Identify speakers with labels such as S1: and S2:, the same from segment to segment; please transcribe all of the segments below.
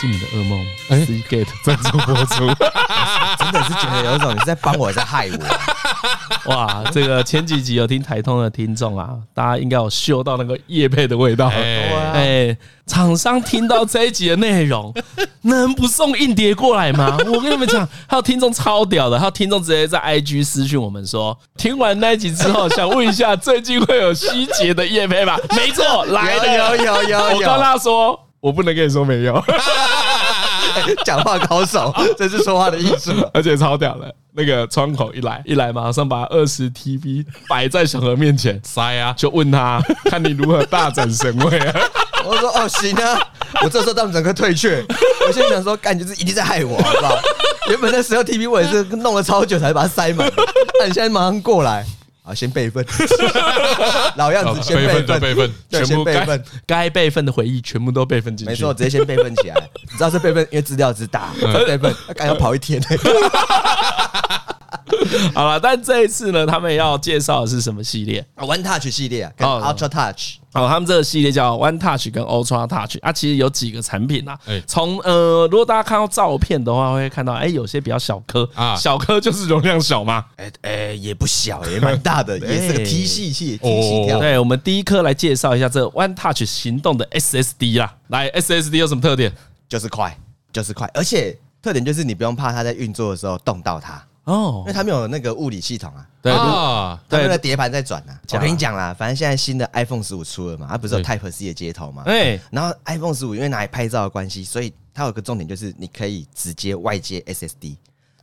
S1: 进你的噩梦。
S2: 哎
S1: C gate，
S2: 赞助播出，
S3: 真的是觉得有一种你是在帮我，还是在害 我？
S1: 哇，这个前几集有听台通的听众啊，大家应该有嗅到那个叶配的味道。
S2: 哎，
S1: 哎，厂商听到这一集的内 容，能不送硬碟过来吗？我跟你们讲，还有听众超屌的，还有听众直接在 IG 私讯我们说，听完那一集之后，想问一下最近会有希杰的夜配吧？没错，来了，
S3: 有有有
S1: 我跟他说，我不能跟你说没有，
S3: 讲话高手，这是说话的艺术。
S1: 而且超屌的，那个窗口一来一来，马上把二十 TB 摆在小何面前，
S2: 塞啊！
S1: 就问他看你如何大展神威啊！
S3: 我说哦，行啊，我这时候他们整个退却。我现在想说，干就是一定在害我，好不好？原本那十六 TB 我也是弄了超久才把它塞满，那你现在马上过来，好，先备份， 老
S1: 哦
S3: 样子，先
S2: 备份
S3: 备
S2: 的
S3: 份，
S2: 备份，
S3: 对，
S2: 全
S3: 先
S2: 部
S3: 备
S2: 该
S3: 份，
S1: 该备份的回忆全部都备份进去，
S3: 没错，直接先备份起来。你知道是备份，因为资料之大，备份，那干要跑一天。
S1: 好了，但这一次呢，他们要介绍的是什么系列？
S3: One Touch 系列啊，跟
S1: 哦
S3: Ultra Touch，
S1: 哦，他们这个系列叫 One Touch 跟 Ultra Touch 啊，其实有几个产品啊
S2: 哎。
S1: 从呃，如果大家看到照片的话，会看到哎、有些比较小颗
S2: 啊
S1: 小颗就是容量小嘛。
S3: 哎哎，也不小，也蛮大 的，也是个 T 系系 T 系
S2: 哦
S3: 跳。
S1: 对，我们第一颗来介绍一下这 One Touch 行动的 SSD 啦。来，SSD 有什么特点？
S3: 就是快，就是快，而且特点就是你不用怕它在运作的时候动到它，
S1: 哦
S3: 因为，它没有那个物理系统啊，
S1: 对，如
S2: 啊，
S3: 它
S1: 对
S3: 没有那个碟盘在转啊。我
S1: 讲啊
S3: 跟你讲啦，反正现在新的 iPhone 十五出了嘛，它不是有 Type C 的接头嘛，
S1: 哎，
S3: 然后 iPhone 十五因为拿来拍照的关系，所以它有个重点就是你可以直接外接 SSD。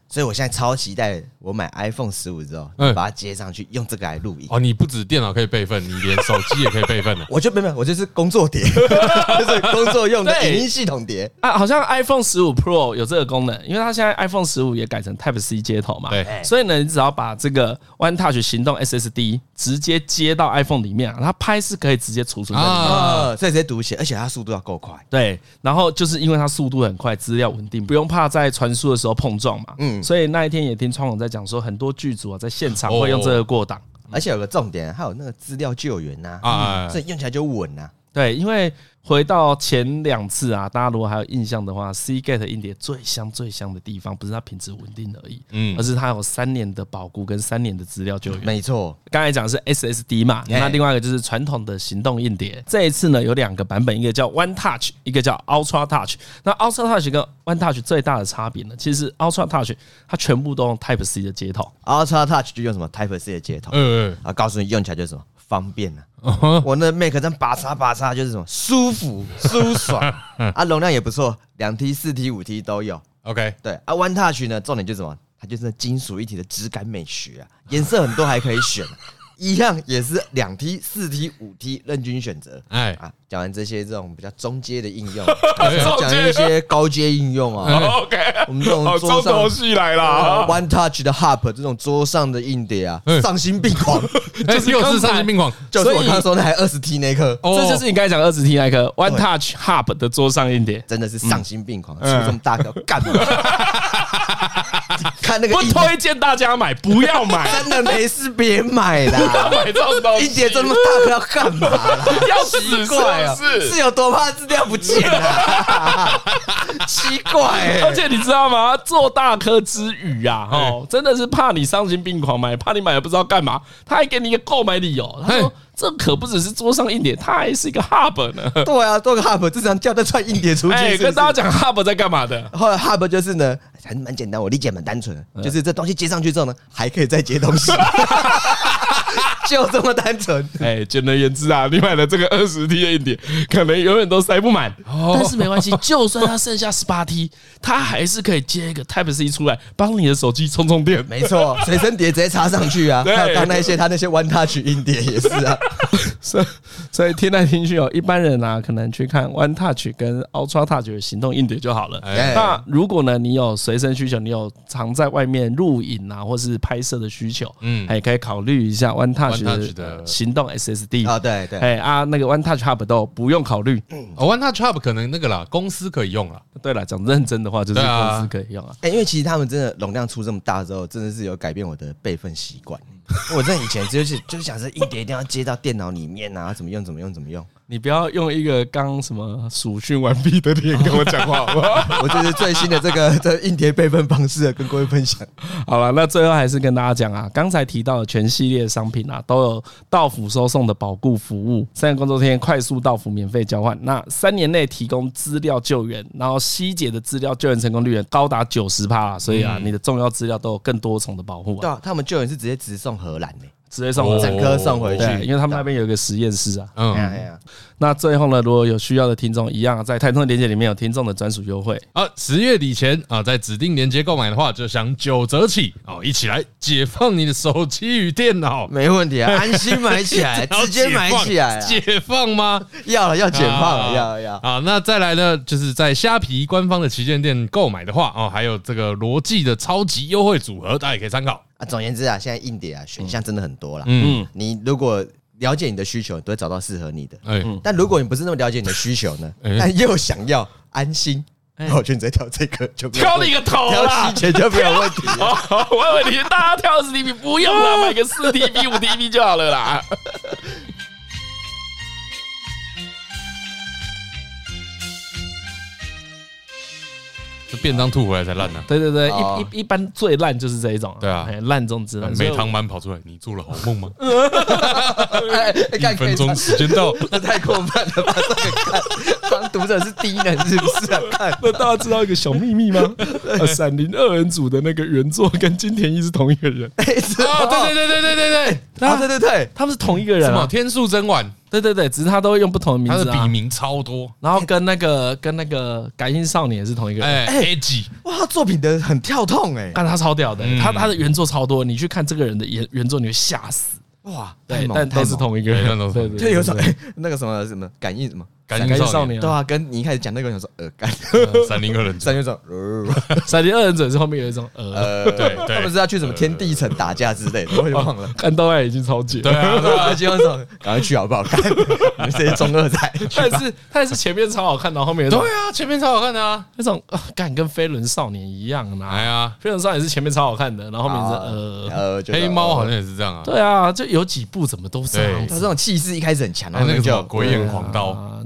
S3: 所以我现在超期待我买 iPhone 十五之后，
S2: 嗯
S3: 把它接上去，用这个来录影。。
S2: 哦，你不止电脑可以备份，你连手机也可以备 份的
S3: 我就没有没有，我就是工作 碟，就是工作用的
S1: 对
S3: 影音系统碟。
S1: 啊，好像 iPhone 十五 Pro 有这个功能，因为它现在 iPhone 十五也改成 Type C 接头嘛，
S2: 对
S1: 所以呢，你只要把这个 One Touch 行动 SSD 直接接到 iPhone 里面、啊，它拍是可以直接储存在里面。
S2: 啊，
S3: 呃，所以直接读写，而且它速度要够快。
S1: 对，然后就是因为它速度很快，资料稳定，不用怕在传输的时候碰撞嘛。嗯，所以那一天也听窗口在讲说，很多剧组啊在现场
S2: 哦
S1: 会用这个过档。
S3: 而且有个重点，啊还有那个资料救援呐、
S2: 嗯啊
S3: 嗯所以用起来就稳呐、
S1: 对，因为回到前两次啊，大家如果还有印象的话，Seagate 硬碟最香最香的地方，不是它品质稳定而已，嗯，而是它有三年的保固跟三年的资料救援。
S3: 没错，
S1: 刚才讲的是 SSD 嘛，
S3: 哎
S1: 那另外一个就是传统的行动硬碟。这一次呢有两个版本，一个叫 One Touch，一个叫 Ultra Touch。那 Ultra Touch 跟 One Touch 最大的差别呢，其实 Ultra Touch 它全部都用 Type C 的接头。
S3: Ultra Touch 就用什么 Type C 的接头，
S2: 呃，
S3: 啊，告诉你用起来就是什么方便 呐、
S2: 嗯
S3: 我那 Mac 这样拔插拔插就是什么舒服舒 爽啊，容量也不错，两 T、四 T、五 T 都有。
S2: OK，
S3: 对啊，One Touch 呢，重点就是什么？它就是那金属一体的质感美学啊，颜色很多还可以选、啊一样也是两 T、四 T、五 T 任君选择。
S2: 哎
S3: 啊，讲完这些这种比较中阶的应用，
S1: 中阶
S3: 讲一些高阶应用啊，
S1: OK，
S3: 我们这种
S1: 好，
S3: 桌
S1: 重头
S3: 上啊
S1: 戏来啦！
S3: One Touch 的 Hub 这种桌上的硬碟啊，
S2: 嗯
S3: 丧心病狂，
S2: 哎，
S1: 是
S2: 又
S1: 刚
S2: 是丧
S1: 才
S2: 心病狂，
S3: 就是我
S1: 所以
S3: 刚刚说那台二十 T 那颗，
S2: 哦
S1: 这就是你刚才讲二十 T 那颗 One Touch Hub 的桌上硬碟，
S3: 真的是丧心病狂，出
S1: 嗯
S3: 这么大个干嘛？ 看那个
S1: 不
S3: 硬碟，
S1: 推荐大家买，不要买，
S3: 真的没事别买啦，
S1: 买这种东西
S3: 硬碟这么大个要干嘛啦？
S1: 要死
S3: 怪啊，
S1: 是不是
S3: 是有多怕资料不见 啊？奇怪欸，
S1: 而且你知道吗？做大科之余啊，哦，真的是怕你丧心病狂买，怕你买了不知道干嘛，他还给你一个购买理由，他说
S2: 嘿
S1: 这可不只是桌上硬碟，它还是一个 hub 呢。
S3: 对啊，做个 Hub 至少叫他串硬碟出去，
S1: 哎，
S3: 是不
S1: 跟
S3: 是
S1: 大家讲 hub 在干嘛 的？
S3: 后来 Hub 就是呢，还蛮简单，我理解蛮单纯
S1: 嗯
S3: 的，就是这东西接上去之后呢，还可以再接东西， 就这么单纯。
S1: 哎，简而言之啊，你买了这个二十 T 的硬碟，可能永远都塞不满。但是没关系，就算它剩下十八 T，它还是可以接一个 Type C 出来，帮你的手机充充电。
S3: 没错，随身碟直接插上去啊，
S1: 对
S3: 还有刚那些他那些 One Touch 硬碟也是 啊，
S1: 所以所以听来听去哦，一般人啊，可能去看 One Touch 跟 Ultra Touch 的行动硬碟就好了。
S2: 哎
S1: 那如果呢，你有随身需求，你有常在外面录影啊，或是拍摄的需求，嗯，也可以考虑一下 One Touch
S2: Touch
S1: 的
S2: 的
S1: 行动 SSD
S3: 啊对对
S1: 哎啊，那个 One Touch Hub 都不用考虑。
S2: 哦，One Touch Hub 可能那个啦，公司可以用啦。
S1: 对了，讲认真的话，就是
S2: 对啊
S1: 公司可以用啊。
S3: 哎、因为其实他们真的容量出这么大之后，真的是有改变我的备份习惯。我真的以前就是就是想着硬碟一定要接到电脑里面啊，怎么用怎么用怎么用。
S1: 你不要用一个刚什么暑训完毕的脸跟我讲话，好不好？
S3: 我这是最新的这个这硬碟备份方式，跟各位分享。
S1: 好了，那最后还是跟大家讲啊，刚才提到的全系列商品啊，都有到府收送的保固服务，三个工作天快速到府免费交换，那三年内提供资料救援，然后希姐的资料救援成功率也高达九十趴，所以啊，你的重要资料都有更多重的保护
S3: 对
S1: 啊，
S3: 啊，他们救援是直接直送荷兰呢，
S1: 直接送回
S3: 整颗送回去
S1: 哦对，因为他们那边有一个实验室啊。
S3: 哎呀哎
S2: 嗯
S3: 呀，
S1: 那最后呢，如果有需要的听众，一样啊在台通的链接里面有听众的专属优惠。
S2: 啊，十月底前啊，在指定链接购买的话，就享九折起哦！一起来解放你的手机与电脑，
S3: 没问题啊，安心买 起来，
S2: 然后
S3: 哎直接
S2: 解
S3: 买
S2: 放
S3: 起来啊，
S2: 解放吗？
S3: 要了要减胖
S2: 啊
S3: 了，要了要。
S2: 啊，那再来呢，就是在虾皮官方的旗舰店购买的话，哦，还有这个罗技的超级优惠组合，大家也可以参考。
S3: 啊，总而言之啊，现在硬碟啊选项真的很多啦。
S2: 嗯，
S3: 你如果了解你的需求，你都会找到适合你的。
S2: 哎，
S1: 嗯
S3: 但如果你不是那么了解你的需求 呢，
S2: 哎
S3: 但又想要安心，那我就直接挑这个就没有
S1: 挑
S3: 问
S1: 你
S3: 题
S1: 个头
S3: 哎挑
S1: 啦
S3: 细！节就没有问题了。
S1: 哦，我以为你大家跳十 TB，不用啦，买个四 TB、五 TB 就好了啦。
S2: 这便当吐回来才烂呢、
S1: 对对对，
S3: 哦
S1: 一一一般最烂就是这一种，
S2: 对啊
S1: 哎烂中之烂。
S2: 美
S1: 所以
S2: 汤满跑出来，你做了好梦 吗？
S3: 哎
S2: 一分钟，时间到，
S3: 这太过分了吧？这个看，当读者是低能是不是啊？ 看，
S1: 我，那大家知道一个小秘 密吗？呃，《闪灵》二人组的那个原作跟金田一是同一个 人，
S3: 哎，是
S2: 啊，对对
S3: 对
S2: 对对对对对，
S3: 对，啊对对对，
S1: 他们是同一个人
S2: 什么
S1: 啊。
S2: 天数真晚，
S1: 对对对，只是他都会用不同的名
S2: 他的
S1: 字
S2: 笔
S1: 啊。
S2: 名超多，
S1: 然后跟那个跟那个《感应少年》也是同一个人。
S2: 哎，Edgy，
S3: 哇，他作品的很跳痛哎，
S1: 但他超屌的、欸
S2: 嗯
S1: 他他的原作超多，你去看这个人的原原作，你会吓死。
S3: 哇，哎太
S1: 对，
S3: 猛，
S1: 但
S3: 太
S1: 都是
S3: 猛。
S1: 同一个人
S2: 对但都，是
S1: 对
S2: 同
S1: 对，
S2: 一个
S3: 就
S1: 对
S3: 有种哎，那个什么什么感应什么，
S2: 感
S1: 感
S2: 应
S1: 应
S2: 少
S1: 少
S2: 年
S1: 年，
S3: 对啊，跟你一开始讲那个有种呃 感，
S2: 三零二人组
S3: 三，月种呃。
S1: 闪灵二人组也是后面有一种呃，
S3: 呃，
S2: 对对
S3: 他们是要去什么天地城打架之类的，我也忘了。
S1: 看到爱已经超绝。
S2: 对啊，对啊
S3: 我希望说，赶快去好不好？看你们这些中二仔，
S1: 他也是，他也是前面超好看，然后后面有一种
S2: 对啊，前面超好看的啊，
S1: 那种 啊，干跟飞轮少年一样
S2: 哎
S1: 啦。
S2: 呀，
S1: 飞轮少年是前面超好看的，然后后面是
S3: 啊
S1: 呃，
S3: 呃，就
S2: 黑猫好像也是这样啊，
S1: 对啊，就有几部怎么都这样
S3: 他
S1: 子
S3: 这种气势一开始很强，然
S2: 还
S3: 后
S2: 有那个什
S3: 就
S2: 么鬼眼狂刀，
S1: 啊。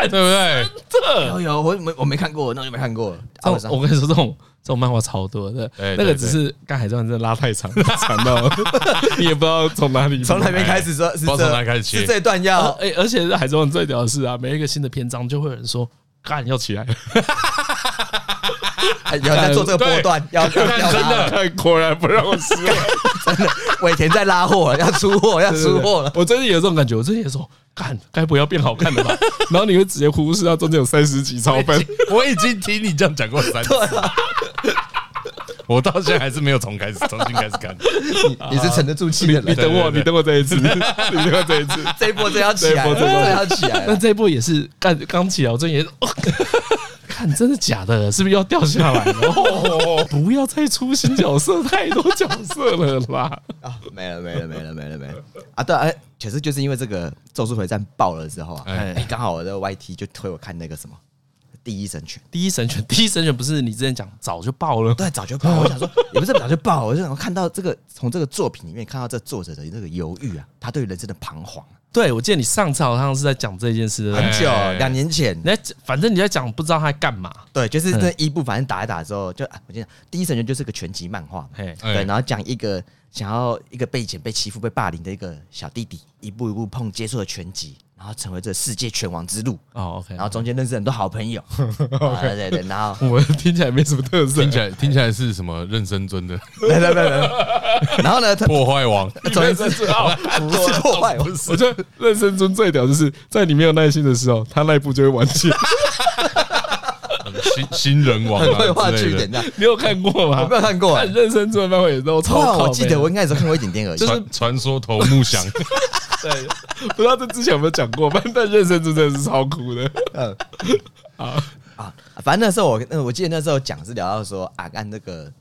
S2: 对不对？
S1: 这
S3: 有有，我没我没看过，那就没看过。啊
S1: 这种我跟你说，这种这种漫画超多的，
S2: 对
S1: 那个
S2: 对
S1: 只是《干海战》真的拉太长，长到你也不知道从哪里
S3: 从哪边开始说？是
S2: 不知道
S3: 这
S2: 从哪里开始切
S3: 是这段
S1: 啊
S3: 要
S1: 哎、而且《海贼王》最屌的是啊，每一个新的篇章就会有人说。干要起来，
S3: 哎有人在做这个波段，要要要
S2: 真的
S3: 拉，
S1: 果然不让我失望。
S3: 尾田在拉货了， 要出货，要出货了。
S1: 我最近有这种感觉，我最近也说，干该不要变好看了吧？ 然后你会直接忽视到中间有三十集超分，
S2: 我已经听你这样讲过三次，我到现在还是没有从开始重新开始看。
S3: 你你是沉得住气的
S1: 你
S3: 人，
S1: 等我，你
S2: 对对对
S1: 等我这一次，你等我这一次。
S3: 这一波真要起
S1: 这一
S3: 来了，
S1: 波真
S3: 真
S1: 的
S3: 要起来
S1: 那
S3: 了。
S1: 这一部也是干刚起来，我最近也是， 哦看真的假的，是不是要掉下来了？哦不要再出新角色，太多角色了啦。
S3: 啊，没了没了没了没了没了啊！对啊，哎可是就是因为这个《咒术回战》爆了之后啊，
S2: 哎
S3: 哎，刚好我的 YT 就推我看那个什么《第一神拳》，
S1: 第一神犬，第一神犬不是你之前讲早就爆了？
S3: 对，早就爆。我想说，也不是早就爆，我就想说看到这个从这个作品里面看到这作者的那个犹豫啊，他对人生的彷徨啊，
S1: 对，我记得你上次好像是在讲这件事，对不对
S3: 很久
S2: 哎
S3: 两年前
S1: 你，在反正你在讲不知道他在干嘛。
S3: 对，就是那一部，反正打一打之后，就啊我跟你讲，《第一神拳》就是个全集漫画嘛，
S1: 嘿，
S2: 哎
S3: 对，然后讲一个想要一个被以前被欺负、被霸凌的一个小弟弟，一步一步碰接触了拳击，然后成为这世界拳王之路。
S1: 哦，OK，
S3: 然后中间认识很多好朋友， 啊对对对，然后
S1: 我听起来没什么特 色
S2: 听起来听起来是什么妊娠尊的
S3: 没没没没， 然后呢，他
S2: 破坏王？
S3: 总之
S1: 是好，
S3: 不是破坏我，
S1: 我觉得任生尊最屌就是在你没有耐心的时候，他那一步就会完结。
S2: 新新人王
S3: 很会
S2: 啊
S3: 画
S2: 之
S3: 据
S2: 类
S3: 点
S2: 的，啊
S3: 的。
S1: 你有看过吗？
S3: 我没有看过哎
S1: 任生尊的漫画也都超
S3: 突然
S1: 靠
S3: 我
S1: 北
S3: 记得我应该只看过一点点而已，
S2: 传传说头目 降，
S1: 对，不知道这之前有没有讲过，反正但任生尊真的是超酷的。
S3: 嗯，啊反正那时候我，呃那我记得那时候讲是聊到说啊，按那个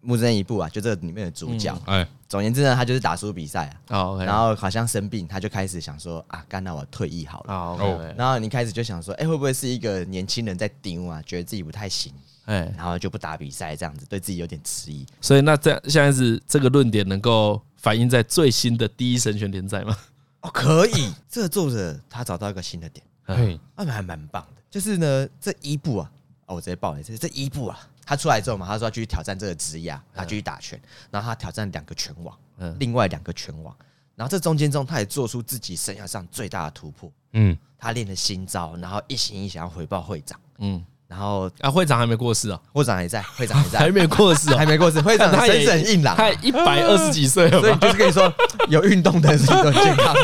S3: 木真一部啊，就这里面的主角，
S2: 哎，
S3: 总而言之呢，他就是打输比赛啊，
S1: 好
S3: 然后 好像生病，他就开始想说啊，干那我退役好了。
S1: 好
S2: 哦
S3: 然后你开始就想说，哎、会不会是一个年轻人在丢啊？觉得自己不太行，
S1: 哎，
S3: 然后就不打比赛，这样子对自己有点迟疑。
S1: 所以那这样现在是这个论点能够反映在最新的第一神选联赛吗？
S3: 哦，可以，这个作者他找到一个新的点，
S2: 嘿，
S3: 啊，还蛮棒的。就是呢，这一步啊，哦，我直接爆雷，这这一步啊，他出来之后嘛，他说要继续挑战这个职业啊，他继续打拳，然后他挑战两个拳王，
S1: 嗯
S3: 另外两个拳王，然后这中间中，他也做出自己生涯上最大的突破，
S2: 嗯，
S3: 他练了新招，然后一心一想要回报会长，
S1: 嗯，
S3: 然后
S1: 啊，会长还没过世 啊，
S3: 会长还在，会 长还在，
S1: 还没过世啊
S3: 还，没过世，会 长
S1: 他
S3: 神
S1: 也
S3: 神硬朗，
S1: 他一百二十几岁了
S3: 所以
S1: 吧？
S3: 就是跟你说，有运动的人身体都很健康。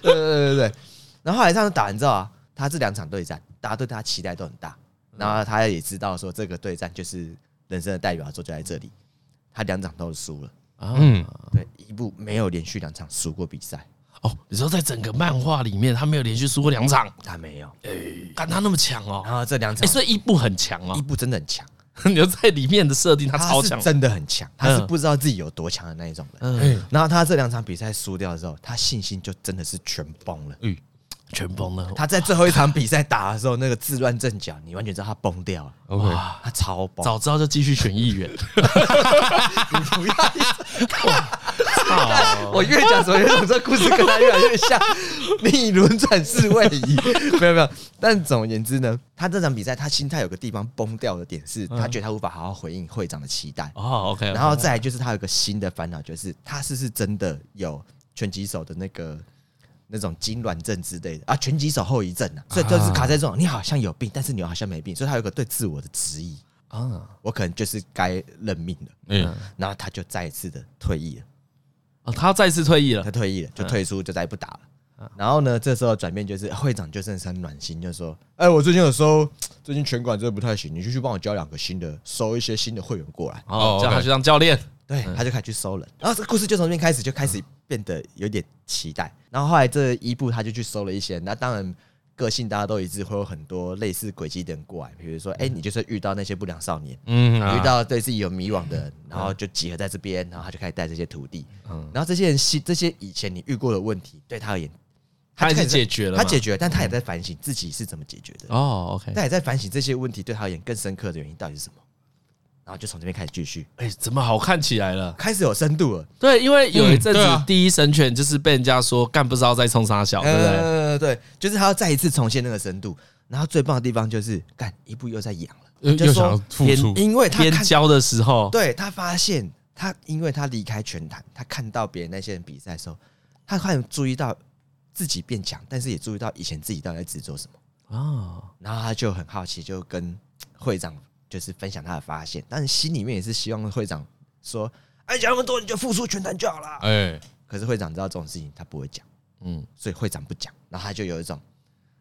S3: 对对对对对。然后后来这样打完之后啊，他这两场对战，大家对他期待都很大，然后他也知道说这个对战就是人生的代表作就在这里，他两场都输了，
S1: 啊
S2: 嗯
S3: 对，一部没有连续两场输过比赛，
S1: 哦，你说在整个漫画里面，他没有连续输过两 场，
S3: 他没有。
S1: 干他那么强哦，
S3: 然后这两
S1: 哎，
S3: 场
S1: 所以伊布很强
S3: 一
S1: 哦，
S3: 部真的很强，
S1: 你就在里面的设定，他超
S3: 是
S1: 强，
S3: 真的很强，他是
S1: 嗯
S3: 不知道自己有多强的那一种人。
S1: 嗯，
S3: 然后他这两场比赛输掉之后，他信心就真的是全崩了。
S1: 全崩了，
S3: 他在最后一场比赛打的时候，那个自乱阵脚，你完全知道他崩掉了，
S2: ，OK，
S3: 他超崩。
S1: 早知道就继续选议 员，
S3: 你不要一直 我越讲什么，越讲这故事跟他越来越像， 逆轮转世位移。没有没有，但总而言之呢，他这场比赛他心态有个地方崩掉的点是，他觉得他无法好好回应会长的期待，
S1: 哦，OK，
S3: 然后再来就是他有个新的烦恼，就是他是不是真的有拳击手的那个那种痉挛症之类的啊，拳击手后遗症啊，所以就是卡在这种你好像有病，但是你好像没病，所以他有个对自我的质疑，
S1: 啊，
S3: 我可能就是该认命了。
S2: 嗯，
S3: 然后他就再一次的退役了，
S1: 哦，他再次退役了
S3: 他，退役了就退出，就再也不打了。然后呢，这时候转变就是会长就真的是很暖心，就说：“哎、我最近有时候最近拳馆真的不太行，你就去帮我教两个新的，收一些新的会员过来。”
S1: 哦
S2: 哦，
S1: 叫他
S2: OK
S1: 去当教练，
S3: 对，他就开始去收人，然后这个故事就从这边开始就开始变得有点期待。然后后来这一步他就去收了一些人，那当然个性大家都一致，会有很多类似轨迹的人过来，比如说，哎、你就是遇到那些不良少年，
S2: 嗯啊
S3: 遇到对自己有迷惘的
S1: 嗯
S3: 人，然后就集合在这边，然后他就开始带这些徒弟，然后这些人新这些以前你遇过的问题，对他而言，
S1: 他已
S3: 就
S1: 经
S3: 开始
S1: 解决了嘛，嗯
S3: 他解决了，但他也在反省自己是怎么解决的。
S1: 哦，OK，
S3: 他也在反省这些问题对他而言更深刻的原因到底是什么，然后就从这边开始继续，
S1: 哎，怎么好看起来了？
S3: 开始有深度了。
S1: 对，因为有一阵
S2: 嗯对
S1: 子
S2: 啊
S1: 第一神犬就是被人家说干不知道在冲啥小，对不对？
S3: 呃，对，就是他要再一次重现那个深度。然后最棒的地方就是，干一步又在养了，
S2: 又
S3: 就
S2: 又
S3: 说
S2: 想要付出，
S3: 因为他
S1: 边
S3: 看，
S1: 教的时候，
S3: 对他发现他，因为他离开拳坛，他看到别人那些人比赛的时候，他开始注意到自己变强，但是也注意到以前自己到底在执着什么。
S1: 哦，
S3: 然后他就很好奇，就跟会长就是分享他的发现，但是心里面也是希望会长说：“哎，讲那么多，你就付出拳坛就好啦。
S2: 哎，
S3: 可是会长知道这种事情，他不会讲。
S1: 嗯，
S3: 所以会长不讲，然后他就有一种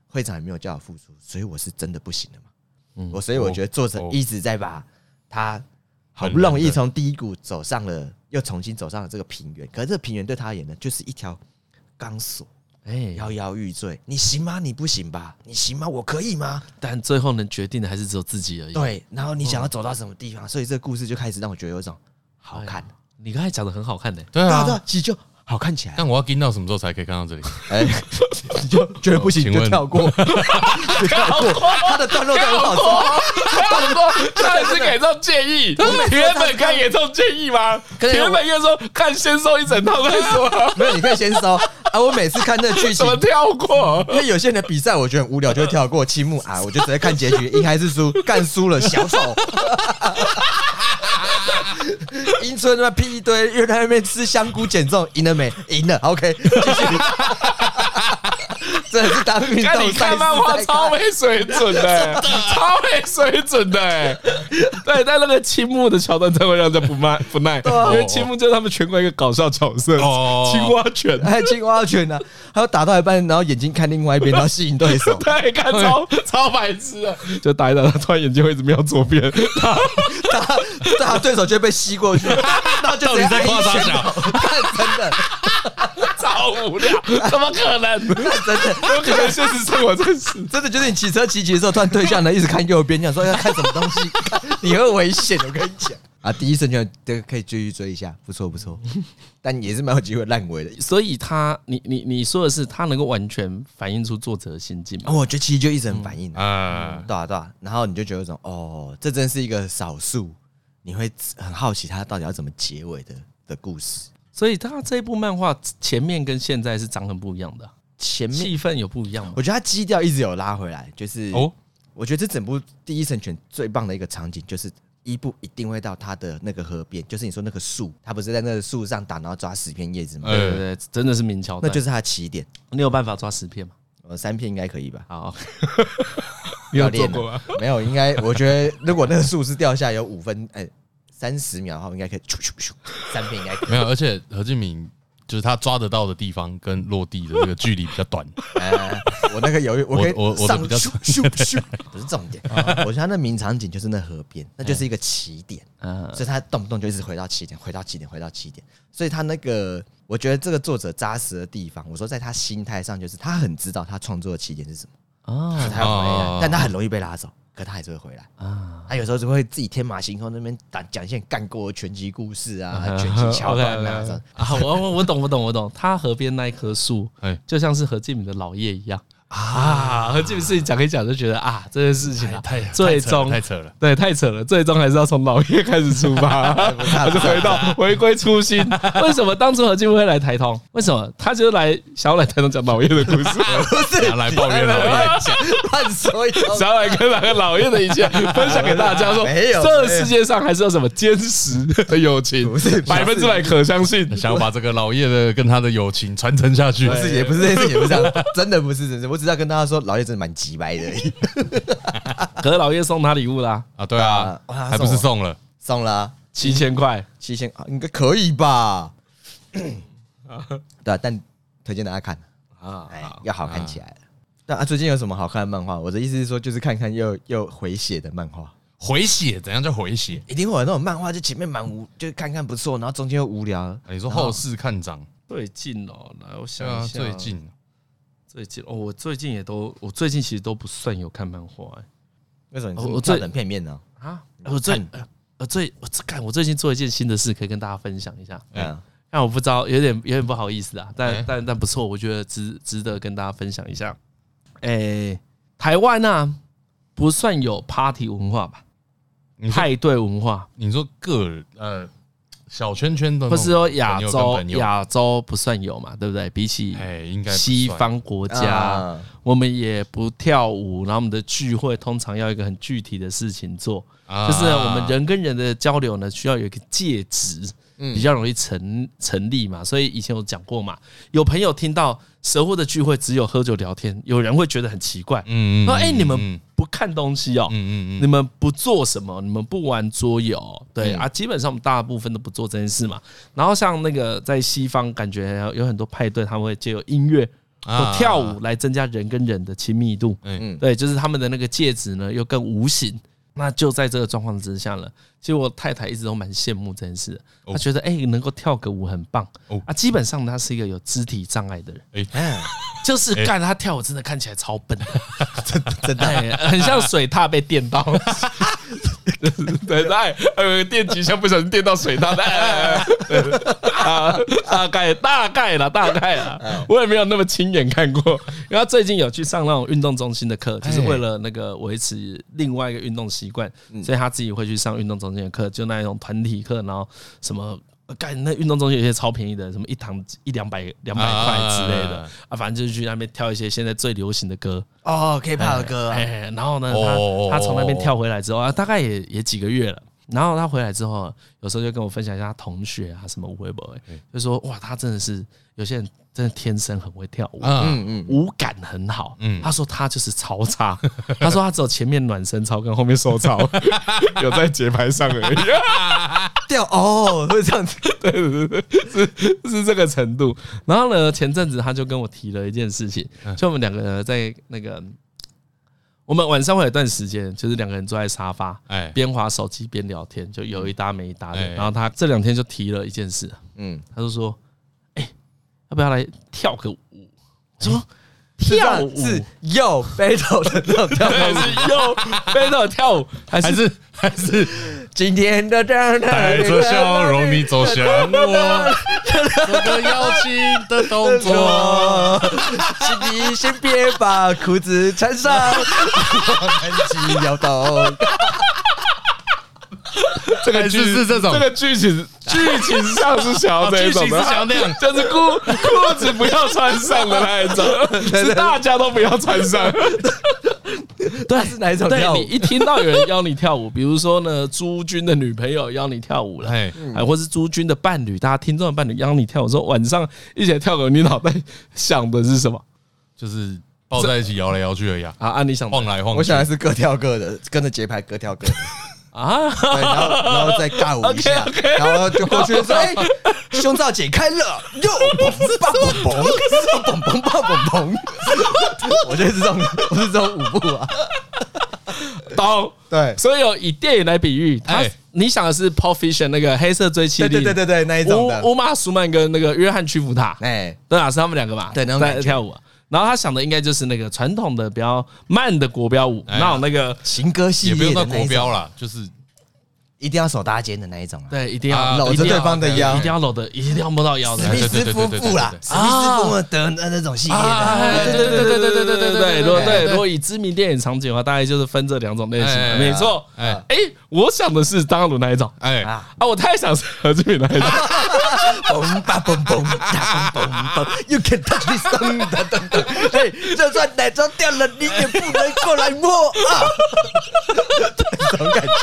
S3: 会长也没有叫我付出，所以我是真的不行了嘛。
S1: 嗯
S3: 我所以我觉得作者
S2: 哦
S3: 一直在把他好
S2: 很
S3: 不容易
S2: 认真
S3: 从低谷走上了，又重新走上了这个平原。可是这个平原对他而言呢，就是一条钢索，
S1: 哎，
S3: 摇摇欲坠。你行吗？你不行吧？你行吗？我可以吗？
S1: 但最后能决定的还是只有自己而已。，
S3: 对。然后你想要走到什么地方？所以这个故事就开始让我觉得有一种好看，
S1: 你刚才讲的很好看的，
S2: 对
S3: 对啊，对
S2: 啊
S3: 啊，，其实就好看起来。
S2: 但我要盯到什么时候才可以看到这里？
S3: 哎，你 就觉得不行
S2: 请
S3: 就
S2: 问
S3: 跳过，就跳过。他的段落感好重，
S1: 他也是给这种建议，铁粉看也这种建议吗？
S3: 可是
S1: 铁粉又说看先收一整套再说，
S3: 没有，你可以先收啊。我每次看那个
S1: 怎
S3: 剧情，
S1: 么跳过？
S3: 因为有些人的比赛我觉得很无聊，就会跳过青木啊，我就直接看结局，赢还是输，干输了小丑。 英村他妈屁一堆，又在那边吃香菇减重，赢了没？赢了，OK，继续。 真的是当运
S1: 看你
S3: 动赛
S1: 看
S3: 事
S1: 漫画
S3: 在
S1: 超
S3: 看
S1: 没水准的，啊超没水准的。对，但那个青木的桥段才会让人家不 耐不耐，因为青木就是他们全国一个搞笑角色，
S2: 哦
S1: 青蛙犬。，
S3: 还有哎青蛙拳呢、啊，还有打到一半，然后眼睛看另外一边，然后吸引对手
S1: 对，看超超白痴的，就打一打，他突然眼睛会一直瞄左边，
S3: 打打 对手就会被吸过去，然后就
S2: 到
S3: 直
S2: 底
S3: 接
S2: 在夸啊
S3: 一
S2: 啥
S3: 拳
S2: 小？
S3: 看真的，
S1: 超无聊，怎么可能？
S3: 看真的，
S1: 有可能现实生活真是。
S3: 真的就是你骑车骑骑的时候，突然对向呢一直看右边，想说要看什么东西，你会危险，我跟你讲。啊，第一声就这个可以追去追一下，不错不错，但也是蛮有机会烂尾的。
S1: 所以他，你你你说的是他能够完全反映出作者的心境吗？
S3: 哦，我觉得其实就一直很反应、啊，
S2: 啊，
S3: 对啊对啊，然后你就觉得说，哦，这真是一个少数，你会很好奇他到底要怎么结尾的的故事。
S1: 所以他这部漫画前面跟现在是长很不一样的，啊
S3: 前面
S1: 气氛有不一样吗
S3: 我？觉得他基调一直有拉回来，就是
S2: 哦，
S3: 我觉得这整部第一神犬最棒的一个场景就是。伊布一定会到他的那个河边，就是你说那个树，他不是在那个树上打，然后抓十片叶子吗？
S2: 呃
S1: 对对对，真的是明桥
S3: 那
S1: 段，
S3: 就是他的起点。
S1: 你有办法抓十片吗？
S3: 呃，三片应该可以吧？
S1: 好，
S2: 你有做
S3: 练
S2: 过吗？
S3: 没有，应该我觉得如果那个树是掉下有五分哎三十秒的话，应该可以咻咻咻，三片应该可 以。
S2: 没有，而且何敬敏就是他抓得到的地方跟落地的这个距离比较短。
S3: 哎，我那个有我可以
S2: 我我我的
S3: 上
S2: 比较
S3: 咻咻咻，不是重点。我觉得他那名场景就是那河边，那就是一个起点，
S1: 嗯，
S3: 所以他动不动就一直回到起点，回到起点，回到起点。所以他那个，我觉得这个作者扎实的地方，我说在他心态上，就是他很知道他创作的起点是什么，
S1: 哦
S3: 他要回
S2: 哦
S3: 来，但他很容易被拉走，可他还是会回来。
S1: 啊，
S3: 他有时候就会自己天马行空那边讲讲一些干过的拳击故事啊、
S1: 嗯
S3: 拳 击桥段
S2: OK，OK，OK
S3: 啊这样。
S1: 啊，我我我懂，我懂，我懂。他河边那一棵树
S2: 哎，
S1: 就像是何敬敏的老叶一样啊。何敬敏自己讲一讲就觉得啊，这件事情啊，
S2: 太太
S1: 最
S2: 扯了
S1: 终
S2: 太扯了。
S1: 对太扯了，最终还是要从老叶开始出发，
S3: 哎
S1: 还是回到回归初心。为什么当初何敬敏会来台通？为什么他就是来想要来台通讲老叶的故事，
S2: 哦拿来抱怨老叶，
S3: 乱讲乱说一通，
S1: 想要来跟那个老叶的一切 分享给大家说，
S3: 没有
S1: 这
S3: 没有
S1: 世界上还是有什么坚实的友情
S3: 不是，
S1: 百分之百可相 信。
S2: 想要把这个老叶的跟他的友情传承下去
S3: 不。是也不是，也不是这样，真的不是，真的，我只是要跟大家说，老叶真的蛮急白的而已，
S1: 可是老叶送他礼物啦，
S2: 啊，对啊
S3: 啊，哇
S2: 还不是送了。
S3: 送了
S1: 七千块。
S3: 七千，啊应该可以 吧？对啊，但推荐大家看，
S1: 啊
S3: 哎，要好看起来了。但啊，最近有什么好看的漫画？我的意思是说，就是看看又又回血的漫画。
S2: 回血怎样叫回血？
S3: 一定会有那种漫画，就前面蛮无，就看看不错，然后中间又无聊。
S2: 啊你说后市看涨，
S1: 最近哦，来我想
S2: 对
S1: 一
S2: 啊，
S1: 下，
S2: 最近
S1: 最近哦，我最近也都，我最近其实都不算有看漫画
S3: 为什么
S1: 我
S3: 你
S1: 我
S3: 是
S1: 最
S3: 照本片面呢？
S1: 哎啊，我最
S3: 看
S1: 呃呃最我这看我最近做一件新的事，可以跟大家分享一下。
S2: 哎
S3: 嗯，
S1: 但我不知道，有点有点不好意思啊，但、
S2: 哎
S1: 但但不错，我觉得值值得跟大家分享一下。诶、
S2: 哎
S1: 台湾啊，不算有 party 文化吧，
S2: 你说
S1: 派对文化，
S2: 你说个呃小圈圈的那
S1: 或
S2: 嗯种
S1: 是
S2: 朋友跟朋友，
S1: 说亚洲
S2: 亚
S1: 亚洲不算有嘛，对不对？比起
S2: 哎，应该不
S1: 西
S2: 算
S1: 方国家。
S3: 啊
S1: 我们也不跳舞，然后我们的聚会通常要有一个很具体的事情做，
S2: 啊
S1: 就是我们人跟人的交流呢，需要有一个介质，
S2: 嗯
S1: 比较容易成成立嘛。所以以前有讲过嘛，有朋友听到蛇货的聚会只有喝酒聊天，有人会觉得很奇怪，
S2: 嗯嗯
S1: 说：“哎，
S2: 嗯
S1: 你们
S2: 嗯
S1: 不看东西哦，
S2: 嗯嗯嗯嗯
S1: 你们不做什么，你们不玩桌游，对啊，基本上我们大部分都不做这件事嘛。然后像那个在西方，感觉有很多派对，他们会借由音乐
S2: 啊
S1: 或跳舞来增加人跟人的亲密度。
S2: 嗯
S1: 对，就是他们的那个戒指呢又更无形。那就在这个状况之下了，其实我太太一直都蛮羡慕这件事的，
S2: 哦
S1: 她觉得哎、能够跳个舞很棒
S2: 哦
S1: 啊。基本上她是一个有肢体障碍的人，
S3: 嗯，
S1: 就是
S2: 哎
S1: 干她跳舞真的看起来超笨，
S3: 真的
S1: 哎，很像水獭被电到。对，哎，呃，电极像不小心电到水獭，哎，哎哎啊，大概大概啦，大概啦，我也没有那么亲眼看过。因为他最近有去上那种运动中心的课，就是为了那个维持另外一个运动习惯，所以他自己会去上运动中心的课，就那种团体课，然后什么。呃干那运动中心有些超便宜的，什么一堂一两百两百块之类的啊，反正就是去那边跳一些现在最流行的歌，
S3: 哦，K-pop 的歌啊，
S1: 哎，然后呢，
S2: 哦
S1: 他他从那边跳回来之后啊，大概也也几个月了。然后他回来之后，有时候就跟我分享一下他同学啊什么微博，
S2: 嗯
S1: 就说哇，他真的是有些人真的天生很会跳舞，
S2: 嗯
S3: 嗯嗯，
S1: 舞感很好。他说他就是超差， 他说他只有前面暖身操跟后面收操 有在节拍上 而已。
S3: 掉哦，会这 样子，
S1: 是这个程度。然后呢，前阵子他就跟我提了一件事情，就我们两个人在那个，我们晚上会有一段时间，就是两个人坐在沙发，
S2: 哎
S1: 边划手机边聊天，就有一搭没一搭的。
S2: 哎
S1: 然后他这两天就提了一件事，
S3: 嗯，
S1: 他就说：“哎、要不要来跳个舞？”我说。
S3: 是这
S1: 跳
S3: 样
S1: 舞
S3: 是又 battle 的那种跳
S1: 还
S3: 舞。
S1: 是又飞到跳舞，还
S2: 还
S1: 是
S2: 是还是
S3: 今天的这样的
S2: 带着笑容你走哦向我，这个邀请的动作。
S3: 我，请你先别把裤子穿上，我们一起摇动。
S1: 这个
S2: 还
S1: 剧
S2: 是是这种
S1: 这个剧情剧情上是想要这一种的，
S2: 哦剧情是想要那样
S1: 就是裤裤子不要穿上的那一种，是大家都不要穿上。
S3: 对，是哪一种
S1: 对
S3: 跳
S1: 你
S3: 舞？
S1: 一听到有人邀你跳舞，比如说呢，朱军的女朋友邀你跳舞了，
S2: 哎，
S1: 哎，或是朱军的伴侣，大家听众的伴侣邀你跳舞，说晚上一起来跳舞，你脑袋想的是什么
S2: 就是抱在一起摇来摇去而已啊，
S1: 啊？啊，你想的
S2: 晃来晃去。
S3: 我想的是各跳各的，跟着节拍各跳 各的，
S1: 啊？
S3: 对，然后然后再尬舞一下
S1: OK，OK
S3: 然后就过去说：“哎，胸罩解开了，哟，嘣嘣嘣嘣嘣嘣嘣嘣。” 我就是这种，我是这种舞步啊。
S1: 懂。
S3: 对
S1: 所以有以电影来比喻，他
S2: 哎
S1: 你想的是 Pulp Fiction 那个黑色追妻
S3: 对
S1: 令，
S3: 对对对对，那一种的
S1: 乌。乌玛苏曼跟那个约翰屈服塔，
S3: 哎，
S1: 对啊，是他们两个嘛，
S3: 对那种感
S1: 在
S3: 觉
S1: 跳舞啊。然后他想的应该就是那个传统的比较慢的国标舞，
S2: 哎呀
S1: 那种那个
S3: 情歌系
S2: 也不
S3: 列
S2: 用到
S3: 的那
S2: 国
S3: 一种，
S2: 标啦，就是
S3: 一定要手搭肩的那一种啊。
S1: 对，一定要
S2: 啊
S3: 搂
S1: 一
S3: 着
S1: 定要
S3: 对方的腰
S1: 一定要搂的，一定要摸到腰的
S3: 史。密斯夫妇啦，史密斯夫妇的呃那那种系列
S1: 啊，
S3: 的，
S1: 对对对对对对对对对，如果对如果以知名电影场景的话，大概就是分这两种类型
S2: 哎哎
S1: 嘛，
S2: 哎
S1: 没错。
S2: 哎
S1: 哎，我想的是当鲁那一种
S2: 哎，
S3: 啊
S1: 啊，我太想是何志敏那一种。
S3: 嘣吧嘣嘣哒嘣嘣嘣，You can touch this 噔噔噔噔，对，就算奶罩掉了，你也不能过来摸啊，这种感觉。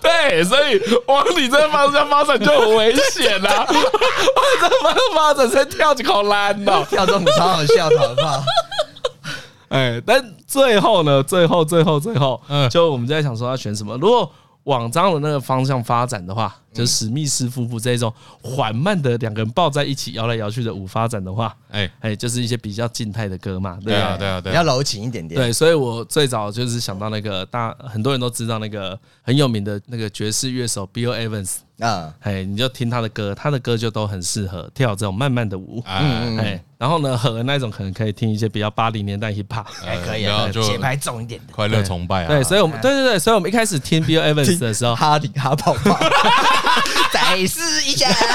S1: 对，所以往你这方向发展就很危险啦、 往你这方向发展，先跳几口烂的。
S3: 跳这种超好笑的，好不好？
S1: 哎，但最后呢，最后最后最后，
S2: 嗯
S1: 就我们在想说要选什么。如果往张的那个方向发展的话，就史密斯夫妇这种缓慢的两个人抱在一起摇来摇去的舞发展的话，
S2: 哎，
S1: 哎，就是一些比较静态的歌嘛，对
S2: 对
S1: 啊
S2: 啊，对啊，对
S3: 要
S2: 啊，
S3: 柔情一点点。
S1: 对，所以我最早就是想到那个大，很多人都知道那个很有名的那个爵士乐手 Bill Evans，
S3: 啊，
S1: 哎，你就听他的歌，他的歌就都很适合跳这种慢慢的舞。
S3: 嗯
S2: 哎，
S1: 哎，然后呢，和那种可能可以听一些比较八零年代 hip hop。
S3: 还可以
S2: 然
S3: 啊
S2: 后，就
S3: 节拍重一点的。
S2: 快乐崇拜啊，
S1: 对，所以我们对对对，所以我们一开始哎听 Bill Evans 的时候，
S3: 哈里哈泡泡，再试一下，
S1: 哎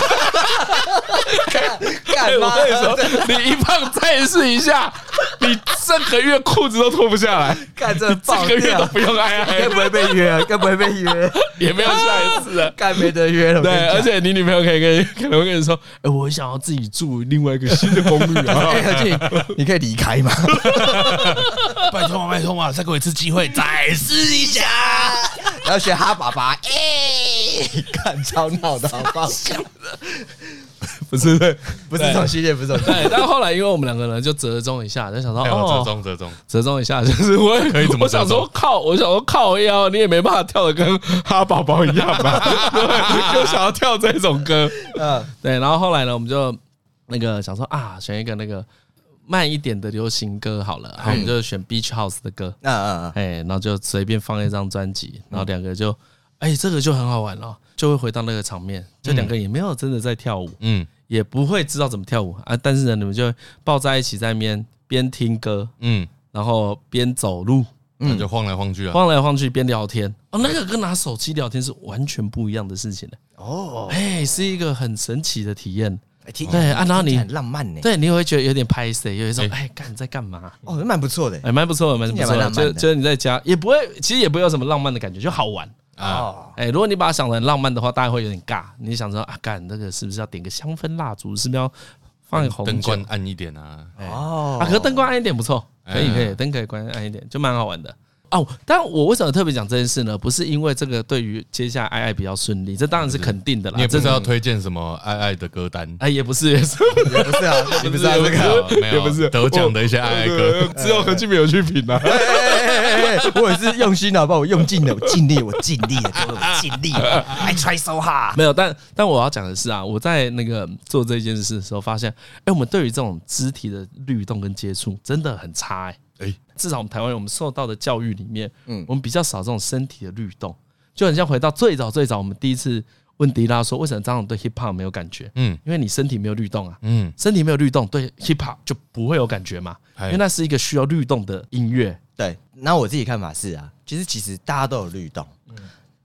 S3: 干
S1: 我
S3: 嘛？
S1: 跟你说，你一胖再试一下，你这个月裤子都脱不下来，
S3: 干这
S1: 这
S3: 爆
S1: 个月都
S3: 掉，
S1: 不用挨挨
S3: 该，不会被约啊？该不会被约？
S1: 也没有下一次了。
S3: 该没得约了。我跟 你
S1: 对，
S3: 讲
S1: 而且你女朋友可以跟你可能会跟你说，哎，我想要自己住另外一个新的公寓啊。
S3: 哎，何俊，你可以离开吗？
S2: 拜托嘛，拜托嘛，啊再给我一次机会，再试一下。
S3: 然后学哈爸爸，哎，看超闹的好不好？
S1: 不是，对
S3: 不是这种系列，不是这种系
S1: 对，
S3: 列。
S1: 哎但后来因为我们两个人就折中一下，就想到
S2: 哎，我折
S1: 哦，
S2: 中折中，
S1: 折中一下，就是我
S2: 可以怎么
S1: 我想
S2: 折中
S1: 说靠，我想说靠腰，你也没办法跳的跟哈宝宝一样 吧？对，就想要跳这种歌。
S3: 嗯，
S1: 对，然后后来呢，我们就那个想说啊，选一个那个慢一点的流行歌好了，然后我们就选 Beach House 的歌，
S3: 那嗯
S1: 哎，然后就随便放一张专辑，然后两个就，哎，这个就很好玩了，就会回到那个场面，就两个也没有真的在跳舞，
S2: 嗯
S1: 也不会知道怎么跳舞啊，但是呢，你们就抱在一起在那边边听歌，
S2: 嗯，
S1: 然后边走路。
S3: 嗯
S2: 那就晃来晃去啊，
S1: 晃来晃去边聊天哦，那个跟拿手机聊天是完全不一样的事情的，
S3: 哦，
S1: 哎，是一个很神奇的体验。
S3: 听
S1: 对啊，然后
S3: 听起
S1: 你
S3: 来很浪漫呢。
S1: 对你会觉得有点拍谁，有一种哎，干你在干嘛？
S3: 哦，蛮不错的。
S1: 哎，蛮不错的，蛮不错的，
S3: 听起来蛮浪
S1: 就
S3: 漫的
S1: 就是你在家也不会，其实也不会有什么浪漫的感觉，就好玩。
S2: 啊，
S3: 哦，
S1: 哎，如果你把它想的很浪漫的话，大家会有点尬。你想说啊，干那个是不是要点个香氛蜡烛？是不是要放个红
S2: 灯
S1: 酒
S2: 关暗一点啊，
S3: 哦
S1: 啊？可是灯关暗一点不错，可以
S2: 哎
S1: 可以，灯可以关暗一点，就蛮好玩的。哦，但我为什么特别讲这件事呢？不是因为这个对于接下来爱爱比较顺利，这当然是肯定的啦。
S2: 你也不
S1: 这
S2: 知道推荐什么爱爱的歌单，
S1: 哎，也不是，也是
S3: 也不是啊， 你不是啊，这
S2: 没
S3: 个。
S2: 有没有，得奖的一些爱爱歌，
S1: 只有何俊没有去品啊。
S3: 哎哎哎哎哎我也是用心的，好不好？我用尽了，我尽力，我尽力了，各位，我尽力了，I try so hard。
S1: 没有，但但我要讲的是啊，我在那个做这件事的时候，发现，哎、我们对于这种肢体的律动跟接触真的很差、哎，
S2: 哎，
S1: 至少我们台湾人我们受到的教育里面，嗯，我们比较少这种身体的律动，就很像回到最早最早，我们第一次问迪拉说，为什么张总对 hip hop 没有感觉？
S2: 嗯
S1: 因为你身体没有律动啊，
S2: 嗯，
S1: 身体没有律动，对 hip hop 就不会有感觉嘛，
S2: 哎
S1: 因为那是一个需要律动的音乐，
S3: 对，那我自己看法是啊，其实其实大家都有律动，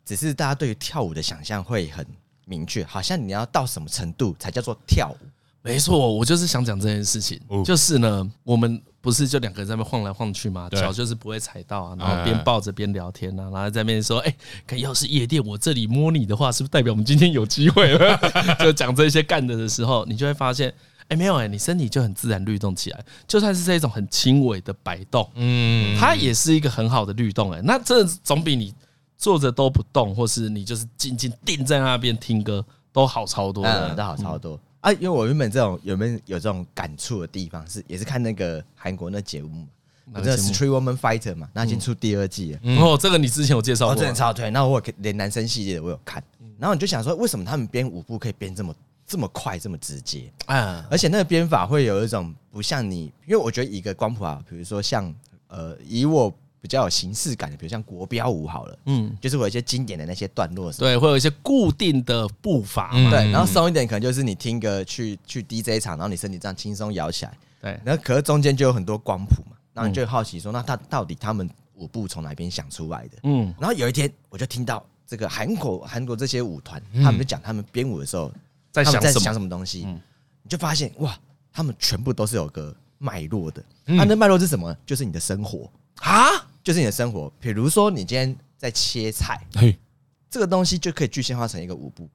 S3: 只是大家对于跳舞的想象会很明确，好像你要到什么程度才叫做跳舞。
S1: 没错，我就是想讲这件事情
S2: 哦，
S1: 就是呢，我们不是就两个人在那边晃来晃去嘛，
S2: 对哎
S1: 脚就是不会踩到啊，然后边抱着边聊天啊，然后在那边说，哎、看要是夜店我这里摸你的话，是不是代表我们今天有机会 了？就讲这些干的的时候，你就会发现，哎、没有哎、你身体就很自然律动起来，就算是这种很轻微的摆动，
S2: 嗯，
S1: 它也是一个很好的律动哎、那这总比你坐着都不动，或是你就是静静定在那边听歌都好超多的。
S3: 嗯，那好差不多啊。因为我原本这种有没有有这种感触的地方是，也是看那个韩国那节目嘛，
S1: 哪
S3: 那
S1: 个
S3: 个
S1: 节目
S3: Street Woman Fighter 嘛，那已经出第二季了。
S1: 哦，这个你之前有介绍
S3: 嗯哦，
S1: 过
S3: 真的
S1: 吗，
S3: 超推。那我有连男生系列的我有看，然后你就想说，为什么他们编舞步可以编这么这么快，这么直接？
S1: 啊，
S3: 而且那个编法会有一种不像你，因为我觉得以一个光谱啊，比如说像呃，以我比较有形式感的，比如像国标舞好了，
S1: 嗯，
S3: 就是我有一些经典的那些段落什么。
S1: 对，会有一些固定的步伐嘛。
S2: 嗯
S3: 对，然后松一点可能就是你听个去去 DJ 场，然后你身体这样轻松摇起来，
S1: 对，
S3: 然后可是中间就有很多光谱嘛，然后你就好奇说，那他到底他们舞步从哪边想出来的？
S1: 嗯，
S3: 然后有一天我就听到这个韩国韩国这些舞团，他们就讲他们编舞的时候
S1: 在
S3: 他
S1: 想
S3: 们在
S1: 什
S3: 想
S1: 么？
S3: 什么东西，
S1: 嗯
S3: 你就发现哇，他们全部都是有个脉络的。啊
S2: 嗯
S3: 他那脉络是什么？就是你的生活，
S1: 啊？
S3: 就是你的生活。比如说你今天在切菜，
S2: 嘿，
S3: 这个东西就可以具象化成一个舞步。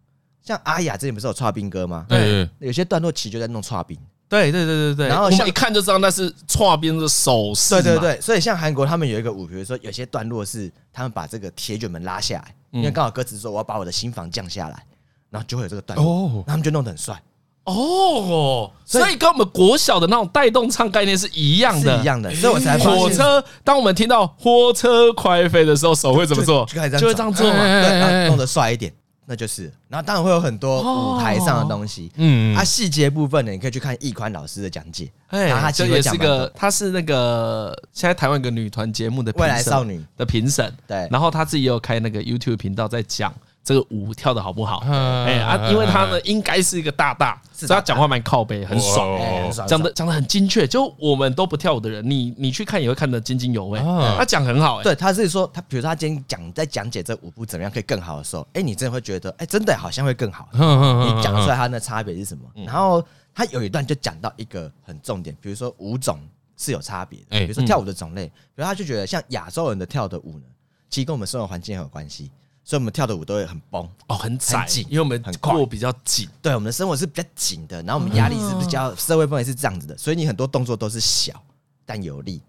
S3: 像阿雅之前不是有串冰歌吗？
S2: 对
S1: 哎
S2: 对，
S3: 有些段落其实就在弄串冰。
S1: 对对对对对。
S3: 然后
S1: 我
S3: 像
S1: 们一看就知道那是跨边的手势。
S3: 对对，对，所以像韩国他们有一个舞，比如说有些段落是他们把这个铁卷门拉下来，
S1: 嗯
S3: 因为刚好歌词说我要把我的心房降下来，然后就会有这个段落，
S2: 哦
S3: 然后他们就弄得很帅，
S1: 哦，
S3: 所以
S1: 所以跟我们国小的那种带动唱概念是一样
S3: 是
S1: 的，哎
S3: 一样的。所以我才发现
S1: 火车，当我们听到火车快飞的时候，手会怎么做？
S3: 就就开始这样
S1: 就会这样做嘛。
S2: 哎
S3: 对，然后弄得帅一点，那就是。然后当然会有很多舞台上的东西，
S2: 嗯
S3: 啊，细节部分呢，你可以去看易宽老师的讲解，然后
S1: 哎，
S3: 他
S1: 这
S3: 其实
S1: 也
S3: 会
S1: 是
S3: 讲蛮
S1: 个
S3: 多，
S1: 他是那个现在台湾有个女团节目的评
S3: 未来
S1: 审
S3: 少女
S1: 的评审，
S3: 对
S1: 然后他自己也有开那个 YouTube 频道在讲这个舞跳的好不好，
S2: 嗯
S1: 哎啊，因为他呢应该是一个大大，所
S3: 是
S1: 以他
S3: 大大
S1: 讲话蛮靠背，很爽，
S2: 哦
S3: 哎很爽
S1: 讲的讲的很精确，就我们都不跳舞的人，你你去看也会看得津津有味，
S2: 啊
S1: 他讲很好，哎，
S3: 嗯对，他是说他，比如说他今天讲在讲解这舞步怎么样可以更好的时候，哎，你真的会觉得，哎，真的好像会更好。
S2: 你
S3: 你讲出来它的差别是什么？然后他有一段就讲到一个很重点，比如说舞种是有差别的，
S2: 哎
S3: 比如说跳舞的种类，比如他就觉得像亚洲人的跳的舞呢，其实跟我们生活环境很有关系，所以我们跳的舞都会很崩，
S1: 哦，很窄
S3: 很紧，
S1: 因为我们
S3: 很快
S1: 过比较紧，
S3: 对，我们的生活是比较紧的，然后我们压力是比较社会氛围是这样子的，所以你很多动作都是小但有力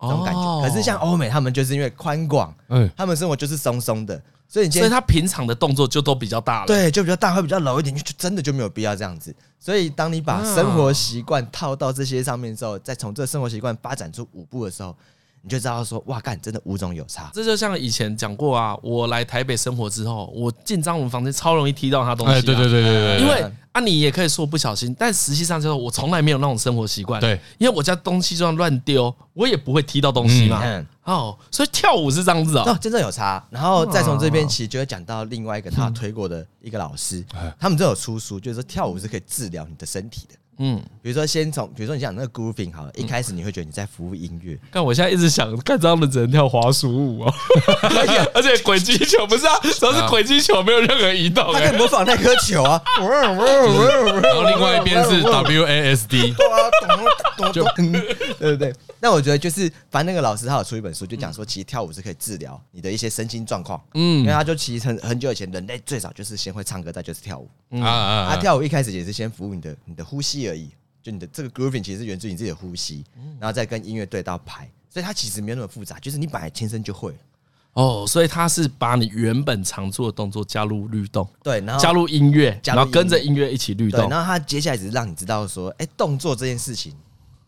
S3: 那种感
S1: 哦
S3: 觉。可是像欧美他们就是因为宽广，
S2: 哎，
S3: 他们生活就是松松的，所以你今
S1: 所以
S3: 天
S1: 他平常的动作就都比较大了，，
S3: 对就比较大，会比较柔一点，就真的就没有必要这样子。所以当你把生活习惯套到这些上面之后，再从这生活习惯发展出舞步的时候，你就知道说哇，干真的舞种有差。
S1: 这就像以前讲过啊，我来台北生活之后，我进张文房间超容易踢到他东西、啊，
S2: 哎，对对对对对，
S1: 因为啊，你也可以说不小心，但实际上就是我从来没有那种生活习惯。
S2: 对，
S1: 因为我家东西就算乱丢，我也不会踢到东西嘛。
S3: 嗯
S1: 哦，所以跳舞是这样子哦。
S3: 哦，真的有差。然后再从这边其实就会讲到另外一个他推过的一个老师，他们这有出书，就是说跳舞是可以治疗你的身体的。
S1: 嗯，
S3: 比如说先从，比如说你讲那个 grooving 好了，一开始你会觉得你在服务音乐，
S1: 但我现在一直想，看张伦只能跳滑鼠舞哦， 而且而且轨迹球不是啊，主要是轨迹球没有任何移动、
S3: 他可以
S1: 哎
S3: 模仿那颗球啊，
S2: 然后另外一边是 WASD，
S3: 啊就嗯对对对。那我觉得就是，反正那个老师他有出一本书，就讲说其实跳舞是可以治疗你的一些身心状况，嗯，因为他就其实很很久以前人类最早就是先会唱歌，再就是跳舞。
S1: 嗯
S2: 啊啊
S3: 啊，跳舞一开始也是先服务你的你的呼吸而已，就你的这个 grooving 其实是源自于你自己的呼吸，然后再跟音乐对到拍，所以它其实没有那么复杂，就是你本来天生就会了。
S1: 哦，所以他是把你原本常做的动作加入律动，
S3: 对，然后
S1: 加入音乐，
S3: 加
S1: 然
S3: 入
S1: 后跟着音乐一起律
S3: 对，
S1: 动
S3: 然。后他接下来只是让你知道说，哎、动作这件事情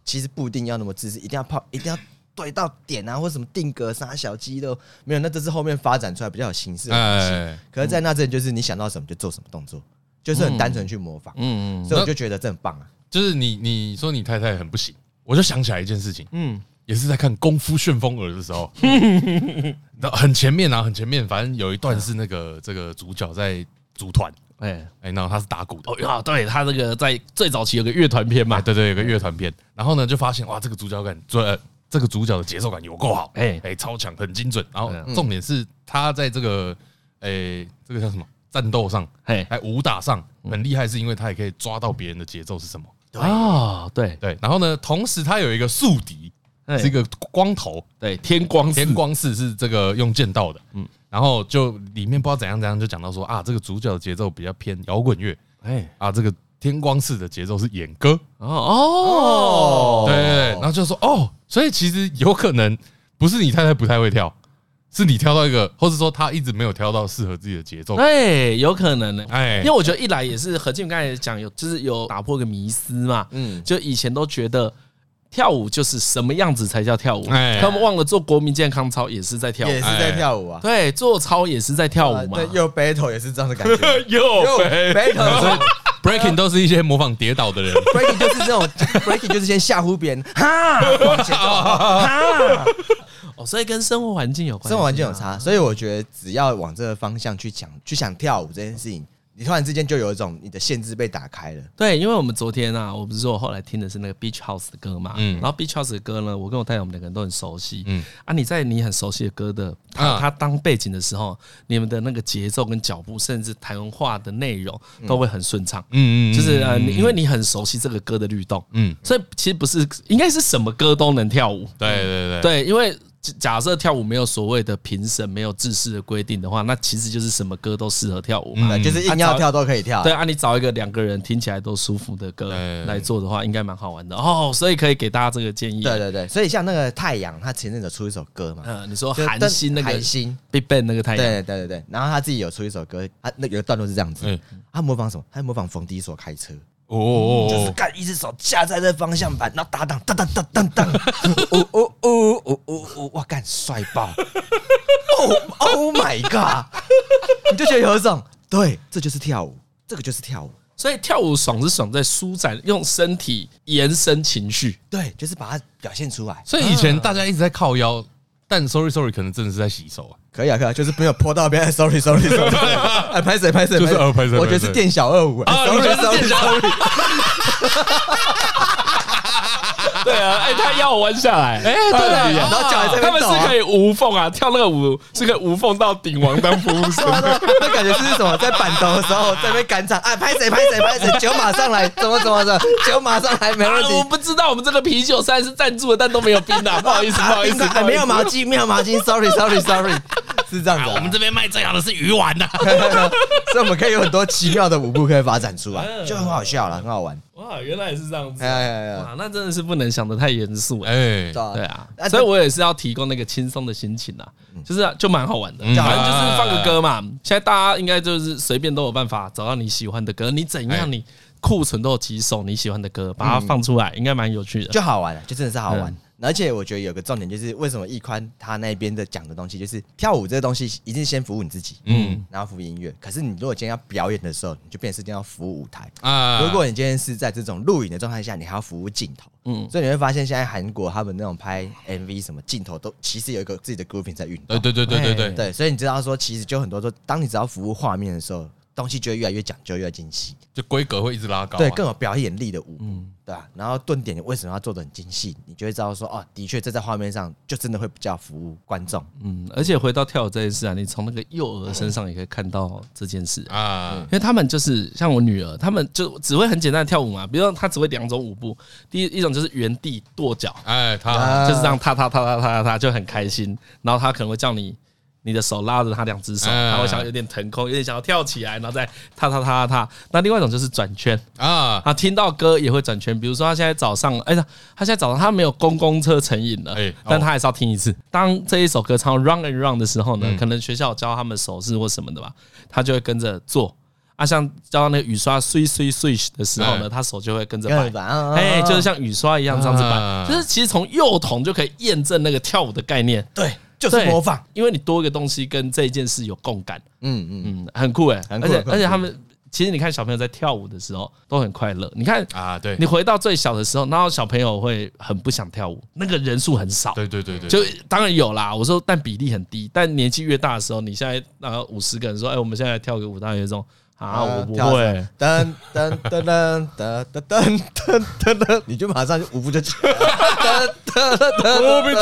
S3: 其实不一定要那么自私，一定要泡， 一定要对到点啊，或者什么定格杀小肌肉，没有，那这是后面发展出来比较有形式的东西。
S2: 哎，
S3: 可是，在那这里就是你想到什么就做什么动作，就是很单纯去模仿，
S1: 嗯嗯
S3: 所以我就觉得这很棒啊。
S2: 就是你你说你太太很不行，我就想起来一件事情，嗯，也是在看《功夫旋风耳》的 时候，然后很前面啊，很前面，反正有一段是那个这个主角在组团，
S1: 哎、
S2: 哎，然后他是打鼓的。
S1: 哦啊，对他这个在最早期有个乐团片嘛
S2: 啊，，对对，有个乐团片，然后呢就发现哇，这个主角感，这、呃这个主角的节奏感有够好，哎、
S1: 哎
S2: 哎、超强，很精准。然后
S1: 嗯
S2: 重点是他在这个，哎、这个叫什么战斗上，
S1: 嘿
S2: 哎，武打上很厉害，是因为他也可以抓到别人的节奏是什么。
S1: 啊，对，
S2: 对，然后呢，同时他有一个宿敌，
S1: 哎
S2: 是一个光头，
S1: 对，天光寺
S2: 田光寺是这个用剑道的，嗯，然后就里面不知道怎样怎样就讲到说啊，这个主角的节奏比较偏摇滚乐
S1: 哎，
S2: 啊，这个天光寺的节奏是演歌，
S1: 哦哦，
S2: 对对对，然后就说哦，所以其实有可能不是你太太不太会跳，是你挑到一个，或是说她一直没有挑到适合自己的节
S3: 嗯
S2: 奏，
S1: 哎，有可能呢，
S2: 哎
S1: 因为，我觉得一来也是何静刚才也讲有，就是有打破个迷思嘛，嗯，就以前都觉得跳舞就是什么样子才叫跳舞，
S2: 哎
S1: 他们忘了做国民健康操也是在跳舞
S3: 也，是在跳舞啊，呃
S1: 对，做操也是在跳舞嘛
S3: 对，，又 battle 也是这样 的感觉，
S2: 又
S3: 又
S2: 肥
S3: battle。
S2: breaking 都是一些模仿跌 倒的人，
S3: breaking 就是这种 breaking 就是先吓唬别人， 哈，往前走哈，
S1: 哦，所以跟生活环境啊嗯有关，
S3: 生活环境有，差，所以我觉得只要往这个方向去想，去想跳舞这件事情，你突然之间就有一种你的限制被打开了。
S1: 对，因为我们昨天啊，我不是说我后来听的是那个 Beach House 的歌嘛，
S2: 嗯
S1: 然后 Beach House 的歌呢，我跟我太太我们两个人都很熟悉，
S2: 嗯
S1: 啊，你在你很熟悉的歌的它
S2: 啊
S1: 它当背景的时候，你们的那个节奏跟脚步，甚至谈话的内容都会很顺畅，
S2: 嗯
S1: 就是呃，你因为你很熟悉这个歌的律动，
S2: 嗯，
S1: 所以其实不是，应该是什么歌都能跳舞，
S2: 对对对，
S1: 对，因为假假设跳舞没有所谓的评审，没有制式的规定的话，那其实就是什么歌都适合跳舞嘛。
S3: 对，就是硬要跳都可以跳
S1: 对。啊，你嗯啊找一个两个人听起来都舒服的歌
S2: 对
S1: 来做的话，应该蛮好玩的哦。所以可以给大家这个建议。
S3: 对，对对，所以像那个太阳，他前阵子有出一首歌嘛，
S1: 嗯，你说
S3: 就
S1: 韩
S3: 但
S1: 星那个
S3: 韩星，
S1: Big Bang 那个太
S3: 对
S1: 阳，
S3: 对对对，然后他自己有出一首歌，他那有一段落是这样子
S2: 嗯，
S3: 他模仿什么？他模仿冯迪所开车，
S2: 哦哦
S3: 就是
S2: 哦，
S3: 干一只手架在这方向盘，然后打档当当当当当， 哦哦哦哦哦哦，哇干帅爆！Oh Oh my god！你 就觉得有一种对，这就是跳舞，这个就是跳舞，
S1: 所以跳舞爽是爽在舒展，用身体延伸情 绪。
S3: 对，就是把它表现出来。
S2: 所以以前大家一直在靠腰，但 sorry sorry 可能真的是在洗手啊，
S3: 可以啊，可以啊，就是没有泼到别人，sorry sorry sorry，哎， 拍谁拍谁，
S2: 就是哦拍谁
S3: 我觉得
S2: 拍谁
S3: 是店小二五哎
S2: 啊你觉
S3: ，sorry
S2: 得是
S3: sorry
S2: 店
S3: sorry，
S1: 对啊，哎，他要我弯下来，哎，
S2: 对啊
S3: 然后脚还在
S1: 他
S3: 那边
S1: 们
S3: 抖啊
S1: 是可以无缝啊，跳那个舞是可以无缝到顶王当服 务生。
S3: 那感觉是什么？在板头的时候在那边赶场，哎，拍谁拍谁拍谁，酒马上来，怎么怎么怎么，酒马上来，没问
S1: 啊
S3: 题
S1: 我。不知道，我们这个啤酒虽然是赞助的，但都没有冰的，不
S3: 啊
S1: 好意思，不好 意思，不好意思
S3: 哎没有毛。巾， 没有毛巾，sorry sorry sorry，是这样子、啊。我 们这
S2: 边卖最好的是鱼丸呐、
S1: 啊
S3: 边，所以我们可以有很多奇妙的舞步可以发展出
S1: 嗯
S3: 来，就很好笑了，很好玩。
S1: 哇，原来是这样子
S3: 哎
S1: 啊。
S3: 呀呀呀，
S1: 哇，那真的是不能想得太严肃哎。
S2: 哎、
S3: 对啊
S1: 对啊，
S3: 啊嗯
S1: 所以我也是要提供那个轻松的心情啊，就是啊就蛮好玩的，
S2: 嗯
S1: 反正就是放个歌嘛。现在大家应该就是随便都有办法找到你喜欢的歌，你怎
S2: 哎
S1: 样你库存都有几首你喜欢的歌，把它放出来，应该蛮有趣的。
S3: 就好玩啊了，就真的是好
S1: 嗯
S3: 玩。而且我觉得有个重点就是，为什么易宽他那边的讲的东西，就是跳舞这个东西一定先服务你自己，嗯，然后服务音乐。可是你如果今天要表演的时候，你就变成是一定要服务舞台。
S2: 啊，
S3: 如果你今天是在这种录影的状态下，你还要服务镜头，嗯，所以你会发现现在韩国他们那种拍 MV 什么镜头都其实有一个自己的 grouping 在运动
S2: 对，对对对对对，
S3: 对，所以你知道说，其实就很多说，当你只要服务画面的时候，东西就会越来越讲究，越来越精细，
S2: 就规格会一直拉高、啊，
S3: 对，更有表演力的舞，对吧、然后顿点为什么要做的很精细，你就会知道说，哦，的确这在画面上就真的会比较服务观众。
S1: 嗯，而且回到跳舞这件事啊，你从那个幼儿身上也可以看到这件事啊。
S2: 啊
S1: 因为他们就是像我女儿，他们就只会很简单的跳舞嘛，比如说她只会两种舞步，第一一种就是原地跺脚，
S2: 哎，他、
S3: 啊
S1: 就是这样踏踏踏踏踏踏踏就很开心，然后她可能会叫你。你的手拉着她两只手，
S2: 嗯
S1: 她会想要有点腾空，有点想要跳起来，然后再踏踏踏踏踏。那另外一种就是转圈，
S2: 啊，
S1: 她听到歌也会转圈。比如说，她现在早上，哎，她现在早上她没有公共车成瘾了，
S2: 哎
S1: 但
S2: 哦
S1: 她还是要听一次。当这一首歌唱到 Run and Run 的时候
S2: 嗯
S1: 呢，可能学校有教他们手势或什么的吧，她就会跟着做。啊，像教那个雨刷 swish swish swish 的时候呢，
S2: 嗯
S1: 她手就会跟着
S3: 跟
S1: 摆
S3: 着摆啊
S1: 哎，就是像雨刷一样这样子摆
S2: 啊，
S1: 就是其实从幼童就可以验证那个跳舞的概念，
S3: 对，就
S1: 对
S3: 是模仿。，
S1: 因为你多一个东西跟这一件事有共感，
S3: 嗯嗯，
S1: 嗯，很酷哎，
S3: 很
S1: 而
S3: 酷
S1: 且
S3: 很酷
S1: 而且他们其实你看小朋友在跳舞的时候都很快乐，你看
S2: 啊，对，
S1: 你回到最小的时候，然后小朋友会很不想跳舞，那个人数很少，
S2: 对对对对，
S1: 就当然有啦，我说但比例很低，但年纪越大的时候，你现在呃五十个人说，哎，我们现在来跳个舞，当然有一种啊，我不
S3: 呃跳
S1: 会
S3: 绳。噔噔噔噔噔噔噔噔噔噔，你就 马上就舞步就起来了，噔噔噔噔噔噔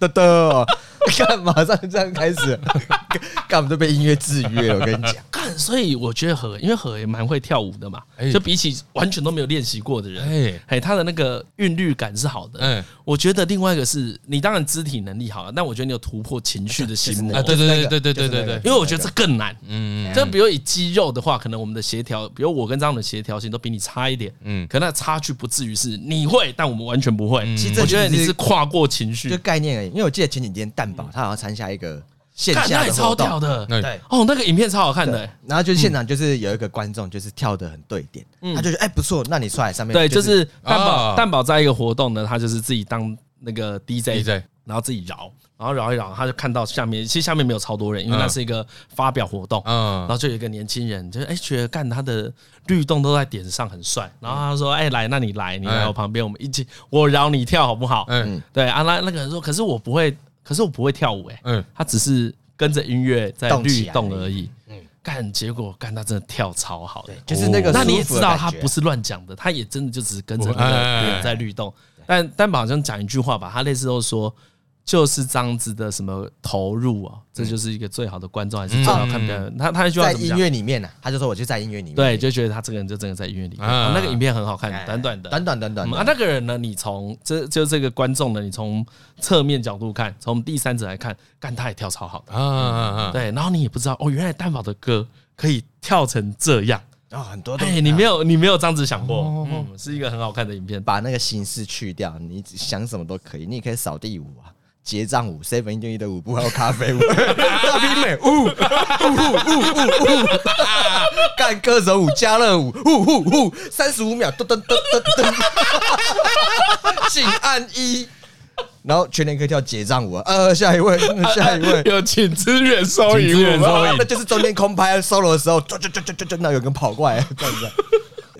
S3: 噔噔噔， 看马上这样开始，干我们都被音乐制约了。我跟你讲，
S1: 干，所以我觉得何，因为何也蛮会跳舞的嘛，
S2: 哎
S1: 就比起完全都没有练习过的人，
S2: 哎
S1: 哎，他的那个韵律感是好的。嗯
S2: 嗯，
S1: 我觉得另外一个是你当然肢体能力好了，但我觉得你有突破情绪 的心魔
S2: 啊，，对对对对对对
S3: 就是
S2: 对
S3: 那个
S2: 对，
S1: 因为我觉得这更难。
S2: 嗯
S1: 就比如以肌肉的话，可能我们的协调，比如我跟张总的协调性都比你差一点，嗯
S2: 嗯，
S1: 可那差距不至于是你会，但我们完全不会。
S2: 其
S3: 实这
S1: 我觉得
S3: 就是
S1: 你是跨过情
S3: 就
S1: 绪，
S3: 概念而已。因为我记得前几天蛋宝他好像参加一个线
S1: 看
S3: 下
S1: 那
S3: 的
S1: 也
S3: 活
S1: 超
S3: 动
S1: 屌，的，嗯
S2: 那
S3: 对
S1: 哦，那个影片超好看的、
S3: 然后就是现场就是有一个观众就是跳的很对点，他就觉得哎不错，那你出来上面
S1: 嗯对，就是蛋宝
S2: 啊
S1: 蛋宝在一个活动呢，他就是自己当那个 DJ，
S2: DJ
S1: 然后自己摇，然后摇一摇，他就看到下面，其实下面没有超多人，因为
S2: 嗯
S1: 那是一个发表活动，然
S2: 嗯
S1: 后就有一个年轻人，就是哎、觉得干他的律动都在点上很帅，然后他说哎、来，那你来，你来
S2: 哎
S1: 我旁边，我们一起我饶你跳好不好？
S2: 嗯
S1: 对啊，那那个人说，可是我不会，可是我不会跳舞哎、
S2: 嗯，
S1: 他只是跟着音乐在
S3: 动
S1: 律
S3: 起来嗯
S1: 动而已。干，结果干他真的跳超好的，哦
S3: 就是那个
S1: 那你也
S3: 舒服
S1: 知
S3: 的
S1: 道
S3: 感
S1: 他
S3: 觉哦
S1: 不是乱讲的，他也真的就只是跟着那
S2: 哎哎
S1: 个
S2: 哎
S1: 人在律动。但但好像讲一句话吧，他类似都说，就是这样子的什么投入啊，这就是一个最好的观众，还是最好看表演。他他那句话
S3: 嗯在
S1: 怎么
S3: 音
S1: 讲？
S3: 乐里面呢，啊他就说我就在音乐里面，
S1: 对，就觉得他这个人就真的在音乐里面。
S2: 啊
S1: 啊那个影片很好看，
S3: 哎
S1: 短短的，
S3: 短短短短
S1: 嗯
S3: 的
S1: 啊，那个人呢？你从这就这个观众呢，你从侧面角度看，从第三者来看，干他也跳超好的，
S2: 啊啊啊，
S1: 对。然后你也不知道哦，原来蛋宝的歌可以跳成这样，
S3: 然后很多东
S1: 哎，
S3: 西
S1: 你没有你没有这样子想过，嗯，是一个很好看的影片。
S3: 把那个形式去掉，你想什么都可以，你也可以扫地舞啊。结账舞，seven 一对一的舞步，还有咖啡舞，大冰美舞，呜呜呜呜呜，干歌手舞，加热舞，呜呜呜，三十五秒，噔噔噔噔噔，请按一，然后全年可以跳结账舞啊，呃，下一位，下一位，
S1: 有请支援收
S2: 请支援收
S1: 吗
S2: 银
S3: 那就是中间空拍 solo 的时候，就就就就就就那有个人跑过来，这样子。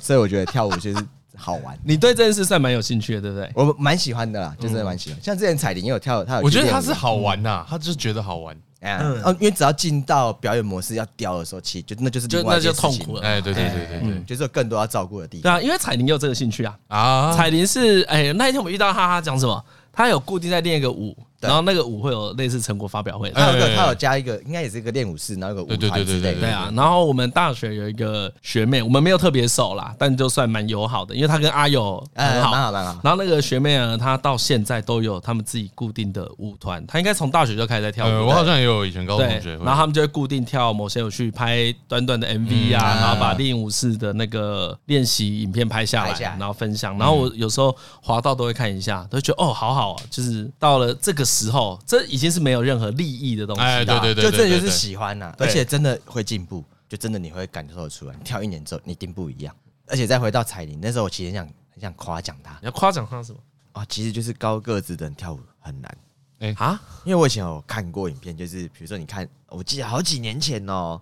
S3: 所以我觉得跳舞其实好玩，
S1: 你对这件事算蛮有兴趣的，对不对？
S3: 我蛮喜欢的啦，就真的蛮喜欢。像之前彩铃也有跳，她有
S2: 嗯我觉得
S3: 去练
S2: 他
S3: 舞
S2: 是，好
S1: 嗯
S2: 玩呐，他就是觉得好玩，
S3: 哎呀，哦，因为只要进到表演模式要雕的时候，其实就那就是
S1: 就
S3: 另外一
S1: 那就
S3: 件事情
S1: 痛苦了
S2: 哎，对对对对
S1: 嗯
S2: 对
S3: 就是有更多要照顾的地
S1: 对
S3: 方。
S1: 啊，因为彩铃也有这个兴趣啊。
S2: 啊，
S1: 彩铃是哎，那一天我们遇到哈哈讲什么？他有固定在练一个舞，
S3: 对
S1: 然后那个舞会有类似成果发表会，
S3: 她有
S2: 哎
S3: 个，
S2: 哎
S3: 她有加一个，应该也是一个练舞室，然后有个舞
S2: 对对
S3: 团
S2: 对
S3: 之类
S2: 对对
S1: 对
S3: 的。
S1: 啊，然后我们大学有一个学妹，我们没有特别熟啦，但就算蛮友好的，因为她跟阿友
S3: 哎
S1: 很好，
S3: 蛮好蛮好
S1: 然后那个学妹呢，她到现在都有他们自己固定的舞团，她应该从大学就开始在跳
S2: 呃，
S1: 舞
S2: 我
S1: 了。
S2: 好像也有以前高中
S1: 对
S2: 同学，会，
S1: 然后他们就会固定跳某些有去拍短短的 MV
S2: 嗯
S1: 啊，然后把练舞室的那个练习影片拍下来
S3: 拍下，来
S1: 然后分享。然后
S2: 嗯
S1: 我有时候滑到都会看一下，都会觉得哦，好好啊，就是到了这个时候，这已经是没有任何利益的东西了。
S2: 哎对对对
S3: 就真的
S2: 对
S3: 就是
S2: 对
S3: 喜欢呐、
S1: 对
S3: 而且真的会进步，就真的你会感受得出来。你跳一年之后，你一定不一样。而且再回到彩铃，那时候我其实很想很想夸奖她
S1: 你要夸奖她什么
S3: 啊，其实就是高个子的人跳舞很难，
S1: 啊？
S3: 因为我以前有看过影片，就是比如说你看，我记得好几年前哦、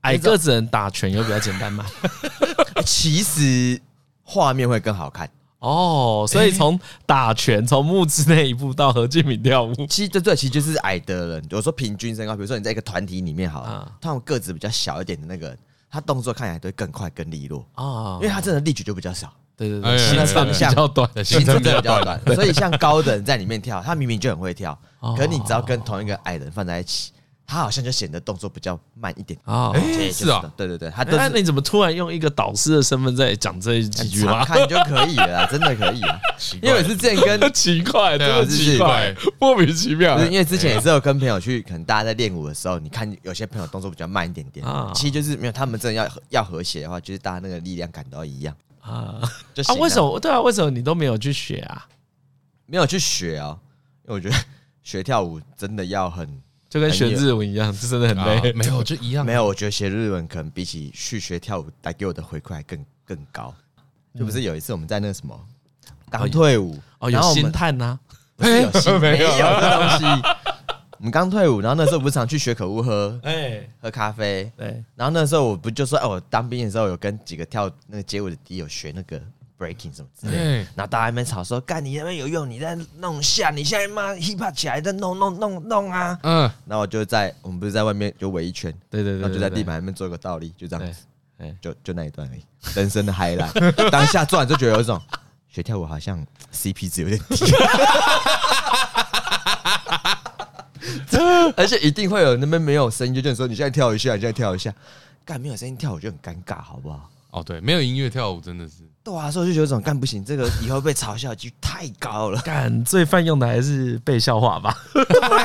S1: 矮个子人打拳有比较简单吗？
S3: 欸其实画面会更好看。
S1: 哦，所
S2: 哎
S1: 以从打拳，从木之那一步到何敬敏跳舞，
S3: 其实对对，其实就是矮的人，我说平均身高，比如说你在一个团体里面好了，他们个子比较小一点的那个人，他动作看起来都会更快、更利落，
S1: 啊
S2: 哦
S3: 因为他真的力矩就比较少。
S1: 对对
S2: 哎
S1: 对，行程比较短，
S2: 对
S3: 行
S2: 行
S3: 程
S2: 程
S3: 真
S2: 比
S3: 的
S2: 较
S3: 比较
S2: 短，
S3: 短，所以像高的人在里面跳，他明明就很会跳，
S1: 哦
S3: 可你只要跟同一个矮人放在一起，他好像就显得动作比较慢一点。
S1: 啊。
S2: 哎
S3: 对
S2: 是啊，
S3: 对对对，他都
S1: 那
S3: 是
S1: 你怎么突然用一个导师的身份在讲这几句
S3: 常
S1: 话？
S3: 看就可 以了啦，真的可以啊。
S2: 奇怪
S3: 因为我是之前跟，
S1: 奇 怪，真
S2: 对
S1: 的
S2: 啊
S1: 奇怪
S2: 就，
S1: 莫名其妙
S3: 不。是因为之前也是有跟朋友去，可能大家在练舞的时候，你看有些朋友动作比较慢一点点
S1: 啊，
S3: 其实就是没有他们真的要要和谐的话，就是大家那个力量感都要一样
S1: 啊
S3: 就
S1: 啊！
S3: 行了
S1: 为什么？对啊，为什么你都没有去学啊？
S3: 没有去学啊？因为我觉得学跳舞真的要很
S1: 就跟学日文一样，这真的很
S2: 啊
S1: 累。
S2: 没有就一样，
S3: 没有，我觉得学日文可能比起去学跳舞带给我的回馈还更更高。就不是有一次我们在那什么刚退伍
S1: 嗯哦，
S3: 然
S1: 有
S3: 后我
S1: 星
S3: 们
S1: 探呐，
S3: 不是有心
S2: 没有
S3: 没有这东西。 我们刚退伍，然后那时候不是常去学可屋喝
S1: 哎，
S3: 喝咖啡，
S1: 对，
S3: 然后那时候我不就说，哎，我当兵的时候有跟几个跳那个街舞的敌友学那个 breaking 什么之类的。
S2: 哎，
S3: 然后大家在那边吵说，干你那边有用，你再弄一下，你现在妈 hip hop 起来再弄弄弄弄啊！
S2: 嗯，
S3: 然后我就在我们不是在外面就围一圈，
S1: 对对对
S3: 然后就
S1: 对
S3: 在
S1: 对
S3: 地板上面做个倒立，就这样子
S1: 对哎，。
S3: 就就那一段而已，人生的 highlight。当 下做完就觉得有一种学跳舞好像 CP 值有点低， 而且一定会有那边没有声音，就叫你说你现在跳一下，你现在跳一下，干没有声音跳我就很尴尬，好不好？
S2: 哦，对，没有音乐跳舞真的是
S3: 对啊，所以我就觉得这种干不行，这个以后被嘲笑的几率太高了
S1: 干最泛用的还是背笑话吧，
S3: 对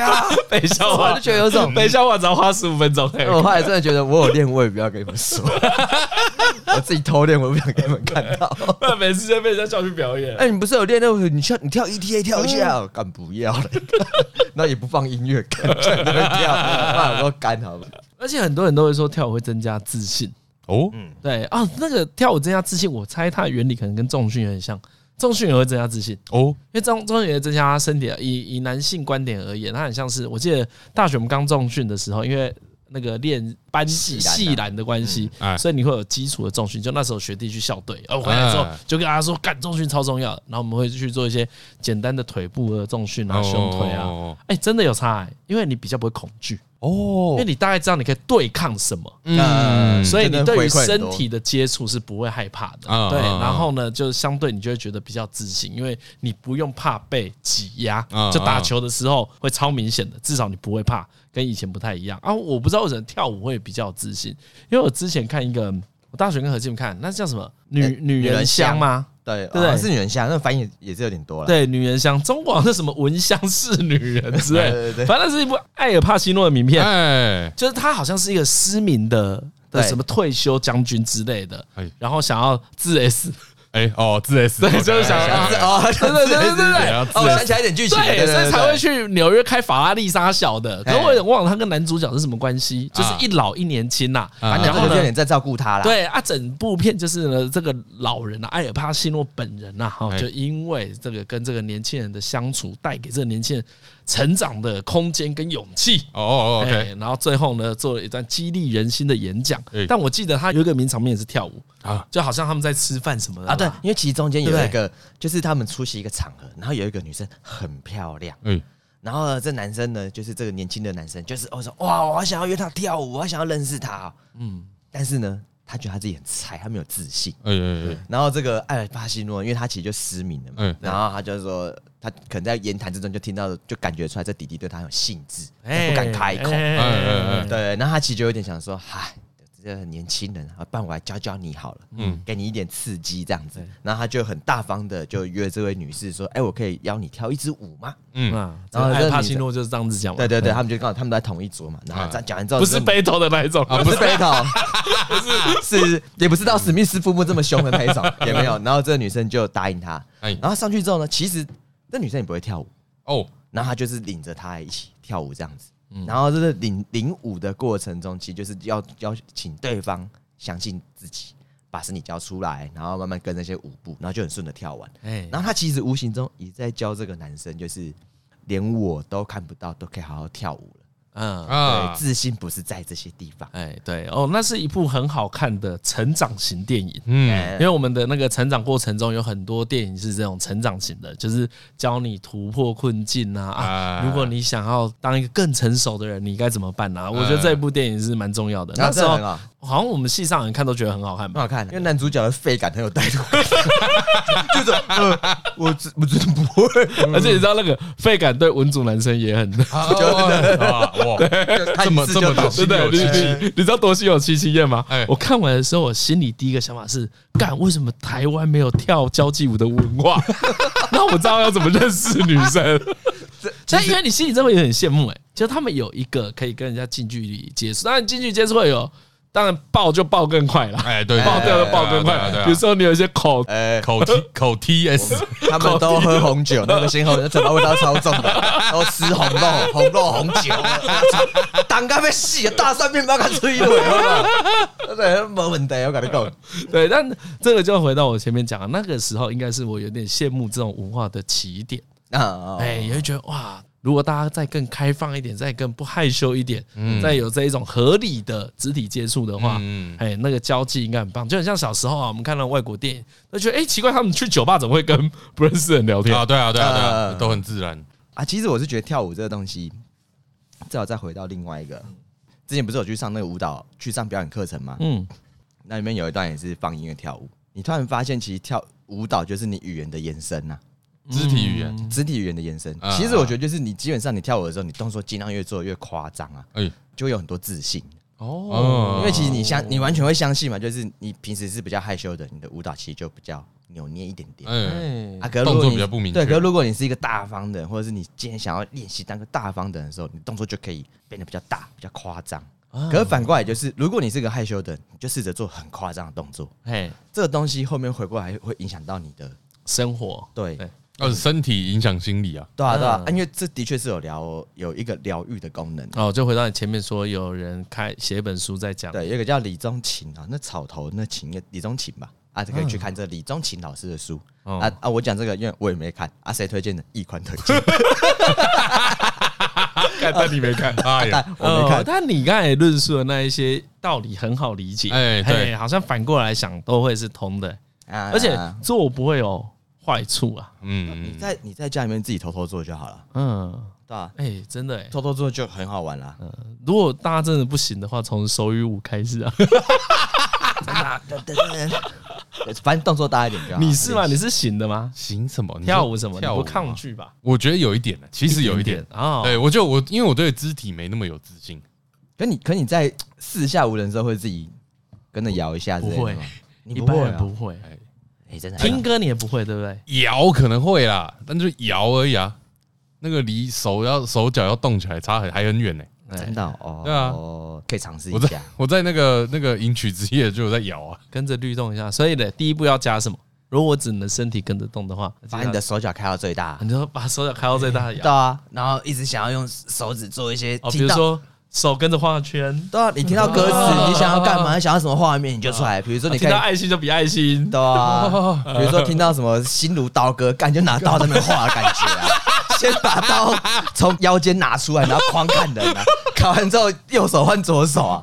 S3: 啊，
S1: 背笑话
S3: 我就觉得 有种
S1: 背笑话只要花十五分钟、哎
S3: 我后来真的觉得我有练，我也不要跟你们说， 我自己偷练，我也不想给你们看到。
S1: 不然 每次就被人家叫去表演。
S3: 哎、你不是有练那个？你跳你跳 ETA 跳
S1: 嗯
S3: 一下，干、不要了， 那也不放音乐，干在那边跳，那我说干好吧？
S1: 而且很多人都会说跳舞会增加自信，
S2: 哦，
S1: 对啊，那个跳舞增加自信，我猜它的原理可能跟重训有点像，重训也会增加自信，
S2: 哦，
S1: 因为重重训也增加身体的。以以男性观点而言，它很像是我记得大学我们刚重训的时候，因为那个练班系
S3: 系篮啊
S1: 系篮的关系，
S2: 哎
S1: 所以你会有基础的重训。就那时候学弟去校队，而我回来之后
S2: 哎
S1: 就跟大家说，干重训超重要的。然后我们会去做一些简单的腿部的重训啊，胸推啊。
S2: 哦，
S1: 哎、真的有差、欸，因为你比较不会恐惧，因为
S2: 哦，
S1: 你大概知道你可以对抗什么。
S3: 嗯
S1: 所以
S3: 真的
S1: 你对于
S3: 回馈很
S1: 身
S3: 多
S1: 体的接触是不会害怕的，
S2: 嗯
S1: 对。
S2: 嗯嗯
S1: 然后呢，就是相对你就会觉得比较自信，因为你不用怕被挤压
S2: 嗯，
S1: 就打球的时候会超明显的，至少你不会怕，跟以前不太一样啊。我不知道为什么跳舞会比较有自信，因为我之前看一个，我大学跟何静看那叫什么女
S3: 哎
S1: 女人香吗？
S3: 对
S1: 对不对
S3: 啊是女人像，那翻译也是有点多了。
S1: 对，女人香，中国好像什么闻香识女人之类
S3: 对对
S1: 的，
S3: 对
S1: 反正是一部艾尔帕西诺的名片，
S2: 哎，
S1: 就是他好像是一个失明的的
S3: 对
S1: 什么退休将军之类的
S2: 哎，
S1: 然后想要自 S，
S2: 哎，哦，自 S，哎
S1: 对就是想
S3: 想
S2: 要
S3: 是哦，
S1: 对
S3: 对
S1: 对对对对
S2: 要自
S3: 哦，我想起来一点剧情，对
S1: 对，
S3: 对
S1: 所以
S3: 对
S1: 才会去纽约开法拉利沙小的。可
S3: 哎
S1: 我有点忘了他跟男主角是什么关系，就是
S2: 啊
S1: 一老一年轻呐。
S2: 啊
S3: 反正
S1: 然
S3: 这
S1: 后
S3: 个就有
S1: 呢，
S3: 点在照顾他啦。
S1: 对啊，整部片就是呢，这个老人啊，艾尔帕西诺本人呐，哈，
S2: 哎
S1: 就因为这个跟这个年轻人的相处，带给这个年轻人成长的空间跟勇气。
S2: 哦哦
S1: 哎
S2: ，OK，，
S1: 然后最后呢，做了一段激励人心的演讲
S2: 哎。
S1: 但我记得他有一个名场面也是跳舞，
S2: 啊，
S1: 就好像他们在吃饭什么的
S3: 啊，对
S1: 嘛，
S3: 因为其实中间有
S1: 对
S3: 一
S1: 不
S3: 个，就是他们出席一个场合，然后有一个女生很漂亮，
S2: 哎，
S3: 然后呢这男生呢，就是这个年轻的男生，就是哦我说哇，我好想要约她跳舞，我好想要认识她、
S1: 嗯，
S3: 但是呢，他觉得他自己很菜，他没有自信。
S2: 哎哎
S3: 然后这个艾尔巴西诺，因为他其实就失明了嘛，
S2: 嗯
S3: 然后他就说，他可能在言谈之中就听到，就感觉出来这弟弟对他有兴致，
S1: 哎
S3: 但不敢开口。嗯
S1: 哎哎哎
S3: 对，然后他其实就有点想说，嗨，这个年轻人，啊，不然我来教教你好了，嗯，给你一点刺激这样子。然后他就很大方的就约这位女士说，哎，我可以邀你跳一支舞吗？
S2: 嗯，
S1: 啊，然
S3: 然后
S1: 后
S3: 这
S1: 艾
S3: 个
S1: 帕西诺就是这样子讲嘛，
S3: 对对对，他们就刚好他们都在同一桌嘛。然后这样讲完之后，
S1: 啊不是背头的那一种，
S3: 啊，不是 battle，不是是也不是到史密斯夫妇这么凶的那一种，也没有。然后这个女生就答应他，
S2: 哎，
S3: 然后上去之后呢，其实这女生也不会跳舞，
S2: 哦，
S3: 然后她就是领着他一起跳舞这样子。然后这个领领舞的过程中，其实就是要要请对方相信自己，把身体交出来，然后慢慢跟那些舞步，然后就很顺的跳完。
S1: 哎，
S3: 然后他其实无形中也在教这个男生，就是连我都看不到，都可以好好跳舞了。
S1: 嗯，
S2: 啊
S3: 对，，自信不是在这些地方。
S1: 哎，对哦，那是一部很好看的成长型电影。
S2: 嗯，
S1: 因
S3: 哎
S1: 为我们的那个成长过程中，有很多电影是这种成长型的，就是教你突破困境啊啊！
S2: 啊
S1: 如果你想要当一个更成熟的人，你该怎么办啊？我觉得这部电影是蛮重要的。那
S3: 啊
S1: 时
S3: 真的
S1: 候
S3: 很好
S1: 好像我们系上人看都觉得很好看吧
S3: 很？好看，因为男主角的废感很有代入感， 就是呃，我真我真的不会，
S2: 嗯
S1: 而且你知道那个废感对文组男生也很，对
S2: 啊，哇，
S3: 他
S2: 这么
S3: 一次就
S2: 这么
S3: 懂
S2: 的
S1: 不对？
S2: 心有戚戚
S1: 你你你知道多心有戚戚焉吗
S2: 哎？
S1: 我看完的时候，我心里第一个想法是：干，为什么台湾没有跳交际舞的文 化？那我知道要怎么认识女生。但因为你心里真的有点羡慕哎、就他们有一个可以跟人家近距离接触，当然近距离接触会有，当然爆就爆更快啦，
S2: 哎，对，
S1: 爆掉就爆更快。比如说你有一些口
S3: 哎，
S2: 口 T 口 T S，
S3: 他们都喝红酒，那个鲜红酒嘴巴味道超重 的，都吃红肉、红肉、红酒， 胆干被洗，大蒜面包干吹了，对不对？没问题，我跟你讲，
S2: 哎
S1: 对，但这个就回到我前面讲的，那个时候应该是我有点羡慕这种文化的起点，
S3: 啊，
S1: 哎，也会觉得哇。如果大家再更开放一点，再更不害羞一点，再有这一种合理的肢体接触的话，
S2: 嗯，
S1: 哎、那个交际应该很棒，就很像小时候啊，我们看到外国电影，都觉得哎、奇怪，他们去酒吧怎么会跟不认识的人聊天？
S2: 啊，对啊，对啊，对啊，都很自然，
S3: 啊，其实我是觉得跳舞这个东西，最好再回到另外一个，之前不是有去上那个舞蹈，去上表演课程吗？
S1: 嗯，
S3: 那里面有一段也是放音乐跳舞，你突然发现其实跳舞蹈就是你语言的延伸呐、啊
S2: 肢体语言，
S3: 肢体语言的延伸
S2: 嗯啊。
S3: 其实我觉得就是你基本上你跳舞的时候，你动作尽量越做越夸张啊，
S2: 哎，
S3: 就会有很多自信。
S2: 哦
S1: 哦，
S3: 因为其实你相你完全会相信嘛，就是你平时是比较害羞的，你的舞蹈其实就比较扭捏一点点。
S2: 哎，
S1: 哎
S3: 啊，可是如果
S2: 动
S3: 你
S2: 作比较不明确
S3: 对，可是如果你是一个大方的人，或者是你今天想要练习当个大方的人的时候，你动作就可以变得比较大、比较夸张。
S2: 哦
S3: 可是反过来就是，如果你是个害羞的人，你就试着做很夸张的动作，
S1: 嘿，
S3: 这个东西后面回过来会影响到你的
S1: 生活
S3: 对
S1: 对
S2: 呃，身体影响心 理啊，
S3: 对啊对啊
S1: 嗯，
S3: 啊因为这的确是有疗有一个疗愈的功能。
S1: 哦，就回到你前面说，有人开写一本书在讲，
S3: 对，有一个叫李宗勤啊，那草头那勤李宗勤吧，啊，可以去看这李宗勤老师的书、
S1: 哦
S3: 啊啊！我讲这个，因为我也没看啊，谁推荐的？易宽推 荐，
S2: 但你没看，哎呀，
S1: 哦
S3: 但我没看。
S1: 但你刚才论述的那一些道理很好理解，
S2: 哎对
S1: 嘿好像反过来想都会是通的，
S3: 啊
S1: 而且
S3: 啊
S1: 做不会有坏处啊。
S3: 你
S2: 嗯，
S3: 在你在家里面自己偷偷做就好了，
S1: 嗯，
S3: 对吧、
S1: 哎、真的哎、
S3: 偷偷做就很好玩啦。
S1: 如果大家真的不行的话，从手语舞开始啊。
S3: 啊反正动作大一点就好。
S1: 你是吗？你是行的吗？
S2: 行什么？你说
S1: 跳舞什么？你
S2: 跳舞
S1: 不
S2: 吗
S1: 抗？拒吧？
S2: 我觉得有一点呢，其实有一点。
S1: 啊。哦
S2: 对，我就我因为我对肢体没那么有自信，
S3: 可你可你在四下无人的时候会自己跟着摇一下之类
S1: 不会
S3: 的吗？你
S1: 一
S3: 不
S1: 般
S3: 会
S1: 人
S3: 啊？
S1: 不会。
S3: 哎，真的还好
S1: 听歌你也不会，对不对？
S2: 摇可能会啦，但就摇而已啊。那个离手要手脚要动起来差很还很远呢、
S3: 真的哦。
S2: 对啊
S3: 哦，可以尝试
S2: 我
S3: 一
S2: 在
S3: 下。
S2: 我在那个那个迎娶之夜就有在摇啊，
S1: 跟着律动一下。所以呢，第一步要加什么？如果我只能身体跟着动的话，
S3: 把你的手脚开到最大
S1: 你，就把手脚开到最大的
S3: 对
S1: 摇。
S3: 啊，然后一直想要用手指做一些
S1: 哦，比
S3: 听
S1: 如
S3: 到
S1: 说手跟着画圈，
S3: 对啊，你听到歌
S1: 啊
S3: 词，你想要干嘛？你想要什么画面，你就出来。比如说，你
S1: 听
S3: 看
S1: 到，爱心就比爱心。
S3: 对啊，比如说听到什么心如刀割，感觉拿刀在那边画的感觉 啊。先把刀从腰间拿出来，然后狂砍人啊！砍完之后，右手换左手啊，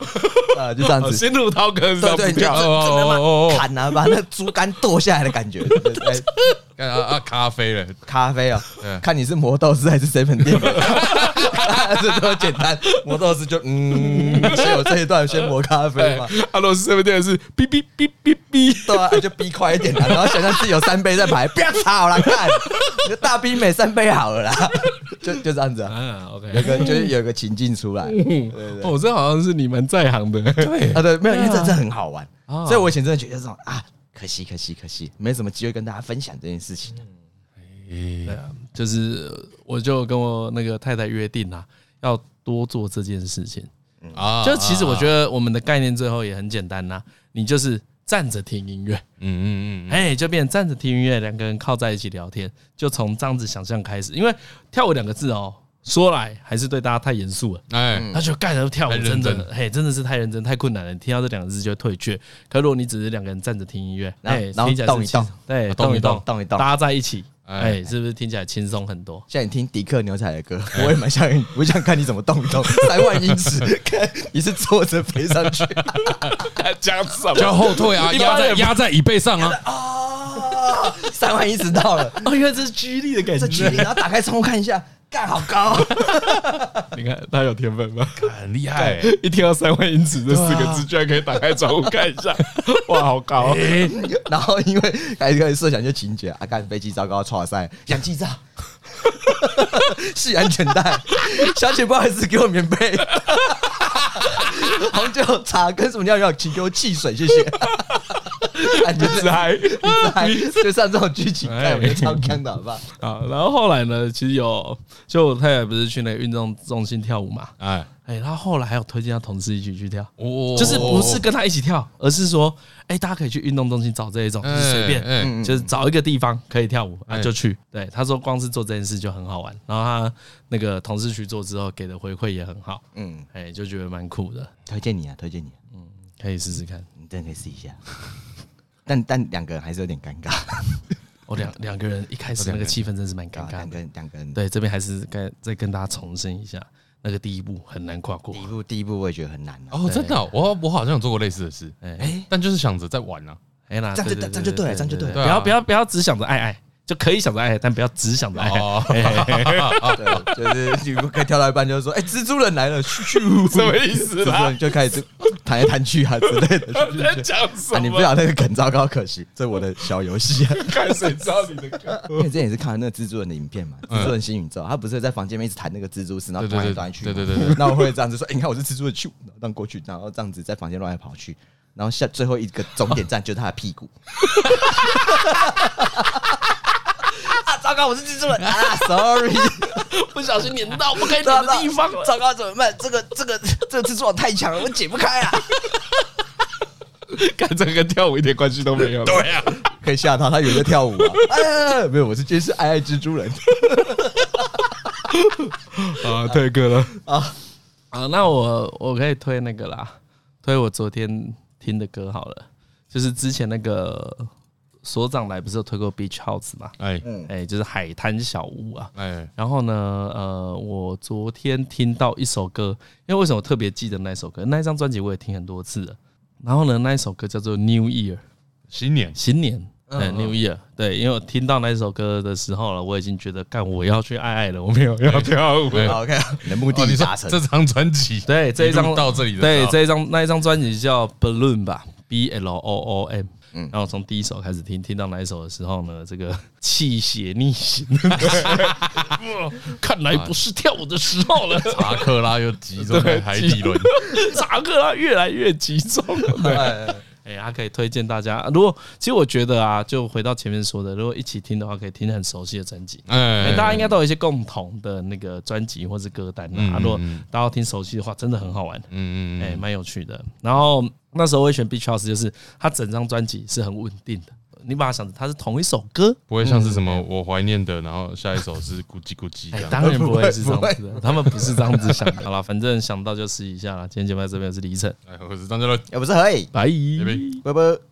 S3: 呃，就这样
S1: 哦
S3: 子，
S1: 心如刀割是吧？
S3: 对对
S1: 不
S3: 对
S1: 要
S2: 哦哦哦哦
S3: 砍啊，把那竹竿剁下来的 感觉。对对对
S2: 哦，干啊啊咖啡了，
S3: 咖啡啊
S2: 嗯，
S3: 看你是魔豆师还是 seven 店的，这多简单。魔豆师就嗯，先有这一段先磨咖啡嘛。
S1: 阿罗斯这边是哔哔哔哔哔。
S3: 对啊，就逼快一点啦，然后想象自己有三杯在排， 不要吵啦，看，你就大逼每三杯好了啦， 就就这样子啊，
S1: 嗯
S3: 有
S1: ，OK。
S3: 个就是有个情境出来，
S2: 嗯
S3: 对对对
S1: 哦，这好像是你们在行的。对，
S3: 啊对，没有，因为这
S2: 嗯
S3: 真的很好玩，
S2: 哦
S1: 啊
S3: 所以我以前真的觉得这种啊，可惜可惜可惜，没什么机会跟大家分享这件事情，
S1: 就是我就跟我那个太太约定啊，要多做这件事情。
S2: 啊，
S1: 就其实我觉
S2: 得，
S1: 得我们的概念最后也很简单呐、你就是站着听音乐，
S2: 嗯嗯嗯，
S1: 哎、就变成站着听音乐，两个人靠在一起聊天，就从这样子想象开始。因为跳舞两个字哦，说来还是对大家太严肃了。
S2: 哎，
S1: 他就盖着跳舞，
S2: 太认
S1: 真
S2: 真
S1: 的，嘿，真的是太认真、太困难了。你听到这两个字就会退却。可如果你只是两个人站着听音乐，
S3: 然后
S1: 哎，
S3: 然后
S1: 听起来是
S3: 动一
S1: 轻
S3: 动
S1: 对，
S2: 啊
S1: 动
S2: 动
S1: 一
S2: 一
S1: 动，
S2: 动
S3: 动一动
S1: 搭在一起，
S2: 哎
S1: 哎，是不是听起来轻松很多？
S3: 像你听迪克牛仔的歌，我也蛮想， 我想看你怎么动一动， 三万英尺，看你是坐着飞上去，
S1: 讲什么
S2: 就后退啊，
S1: 一
S2: 压
S1: 般
S2: 在
S1: 人
S2: 压在椅背上啊，
S3: 啊，三万英尺到了。
S1: 哦，原来这是居力的感
S3: 这距
S1: 觉。
S3: 离，然后打开窗户看一下，干好高、
S1: 你看他有天分吗？
S2: 很厉害欸，
S1: 一听到三万英尺这四个字，居然可以打开窗户看一下，哇，好高！啊
S3: 然后因为开始开始设想一些情节，啊，干飞机糟糕，错塞，氧气罩， 系安全带，小姐不好意思，给我棉被， 红酒、茶跟什么尿药，请给我汽水，谢谢。感觉是
S1: 嗨
S3: 还就像这种剧情，
S2: 哎
S3: 看我觉得超看的好不好？
S1: 啊！然后后来呢，其实有，就我太太不是去那个运动中心跳舞嘛？
S2: 哎，
S1: 哎，她后来还有推荐她同事一起去跳，
S2: 我
S1: 就是不是跟她一起跳，而是说，哎，大家可以去运动中心找这一种，就是随便，
S2: 哎哎
S3: 嗯
S1: 就是找一个地方可以跳舞，啊
S2: 哎
S1: 就去。对，她说光是做这件事就很好玩，然后她那个同事去做之后给的回馈也很好，
S3: 嗯，
S1: 哎，就觉得蛮酷的，
S3: 推荐你啊，推荐你、啊，
S1: 可以试试看。
S3: 你真的可以试一下。但但两个人还是有点尴 尬，
S1: 哦，
S2: 哎
S1: 两两个人一开始那个气氛真是蛮尴尬
S3: 哦
S1: 的
S3: 两个。人两个人。
S1: 对，这边还是该再跟大家重申一下，那个第一步很难跨过
S3: 第。一步第一步我也觉得很难啊。
S2: 哦，真的哦，我我好像有做过类似的事，
S1: 哎
S2: 但就是想着在玩啊，
S1: 哎啦，
S3: 这样就
S1: 对
S3: 这样就对了这样就对了
S1: 不要不要不要只想着爱爱，就可以想着爱，但不要只想着爱。
S2: 哦
S1: 嘿嘿 嘿
S3: 对，就是你们可以跳到一半，就是说，哎，蜘蛛人来了，咻，什
S1: 什么意思
S3: 蜘蛛
S1: 啦
S3: 人？就开始弹来弹去啊之类的，
S1: 你在讲什么？
S3: 啊，你不讲那个梗糟糕，可惜，这我的小游戏啊。
S1: 看谁知道你的歌？
S3: 因为之前也是看那个蜘蛛人的影片嘛，蜘蛛人新宇宙，他不是在房间里面一直弹那个蜘蛛丝，然后
S2: 对对
S3: 端来
S2: 对
S3: 端去，
S2: 对对对对，
S3: 那我会这样子说，哎，你看我是蜘蛛人，咻，然后这样过去，然后这样子在房间乱来跑去，然后下最后一个终点站就是他的屁股。啊，糟糕，我是蜘蛛人 啊，sorry，
S1: 不小心碾到不该碾的地方了。
S3: 糟糕，怎么办？这个这个这个蜘蛛网太强了，我解不开啊。
S1: 跟这个跟跳舞一点关系都没有。对啊，
S3: 可以吓他，他以为在跳舞啊！哎，没有，我是真是爱爱蜘蛛人
S2: 啊，退歌了。
S3: 啊！
S1: 啊，那我我可以推那个啦，推我昨天听的歌好了，就是之前那个所长来不是有推过 Beach House 嘛？
S2: 哎
S1: 哎、就是海滩小屋啊。
S2: 哎，
S1: 然后呢，呃，我昨天听到一首歌，因为为什么我特别记得那首歌？那一张专辑我也听很多次了。然后呢，那一首歌叫做《New Year》。
S2: 新年
S1: 新年，对 New Year，对，因为我听到那首歌的时候了，我已经觉得干我要去爱爱了，我没有要跳舞。
S2: 对
S3: 好，OK，你的目
S2: 哦，
S3: 的
S2: 你说
S3: 达成。
S2: 哎这张专辑
S1: 对，这一
S2: 一
S1: 张
S2: 路到这里的时
S1: 对
S2: 候
S1: 这一张那一张专辑叫 Balloon 吧，B L O O M。然后从第一首开始听，听到哪一首的时候呢？这个气血逆行，看来不是跳舞的时候了。
S2: 查克拉又集中在海底轮，
S1: 查克拉越来越集中了。对，哎、他可以推荐大家。如果其实我觉得啊，就回到前面说的，如果一起听的话，可以听很熟悉的专辑。欸
S2: 哎，
S1: 大家应该都有一些共同的那个专辑或是歌单啊。如果大家都听熟悉的话，真的很好玩，
S2: 嗯嗯
S1: 哎，蛮有趣的。然后那时候我会选 Beach House，就是它整张专辑是很稳定的。你把它想成它是同一首歌，
S2: 不会像是什么我怀念的，然后下一首是咕叽咕叽
S1: 哎
S2: 这，样。
S1: 当然不会是这
S3: 不会
S1: 样子 的，他们不是这样子想的。好了，反正想到就试一下啦。今天节目到这边，我是李晨，
S2: 哎，我是张家乐，
S3: 要不是可以，
S1: 拜。
S2: 拜
S3: 拜
S2: 拜。
S3: 拜。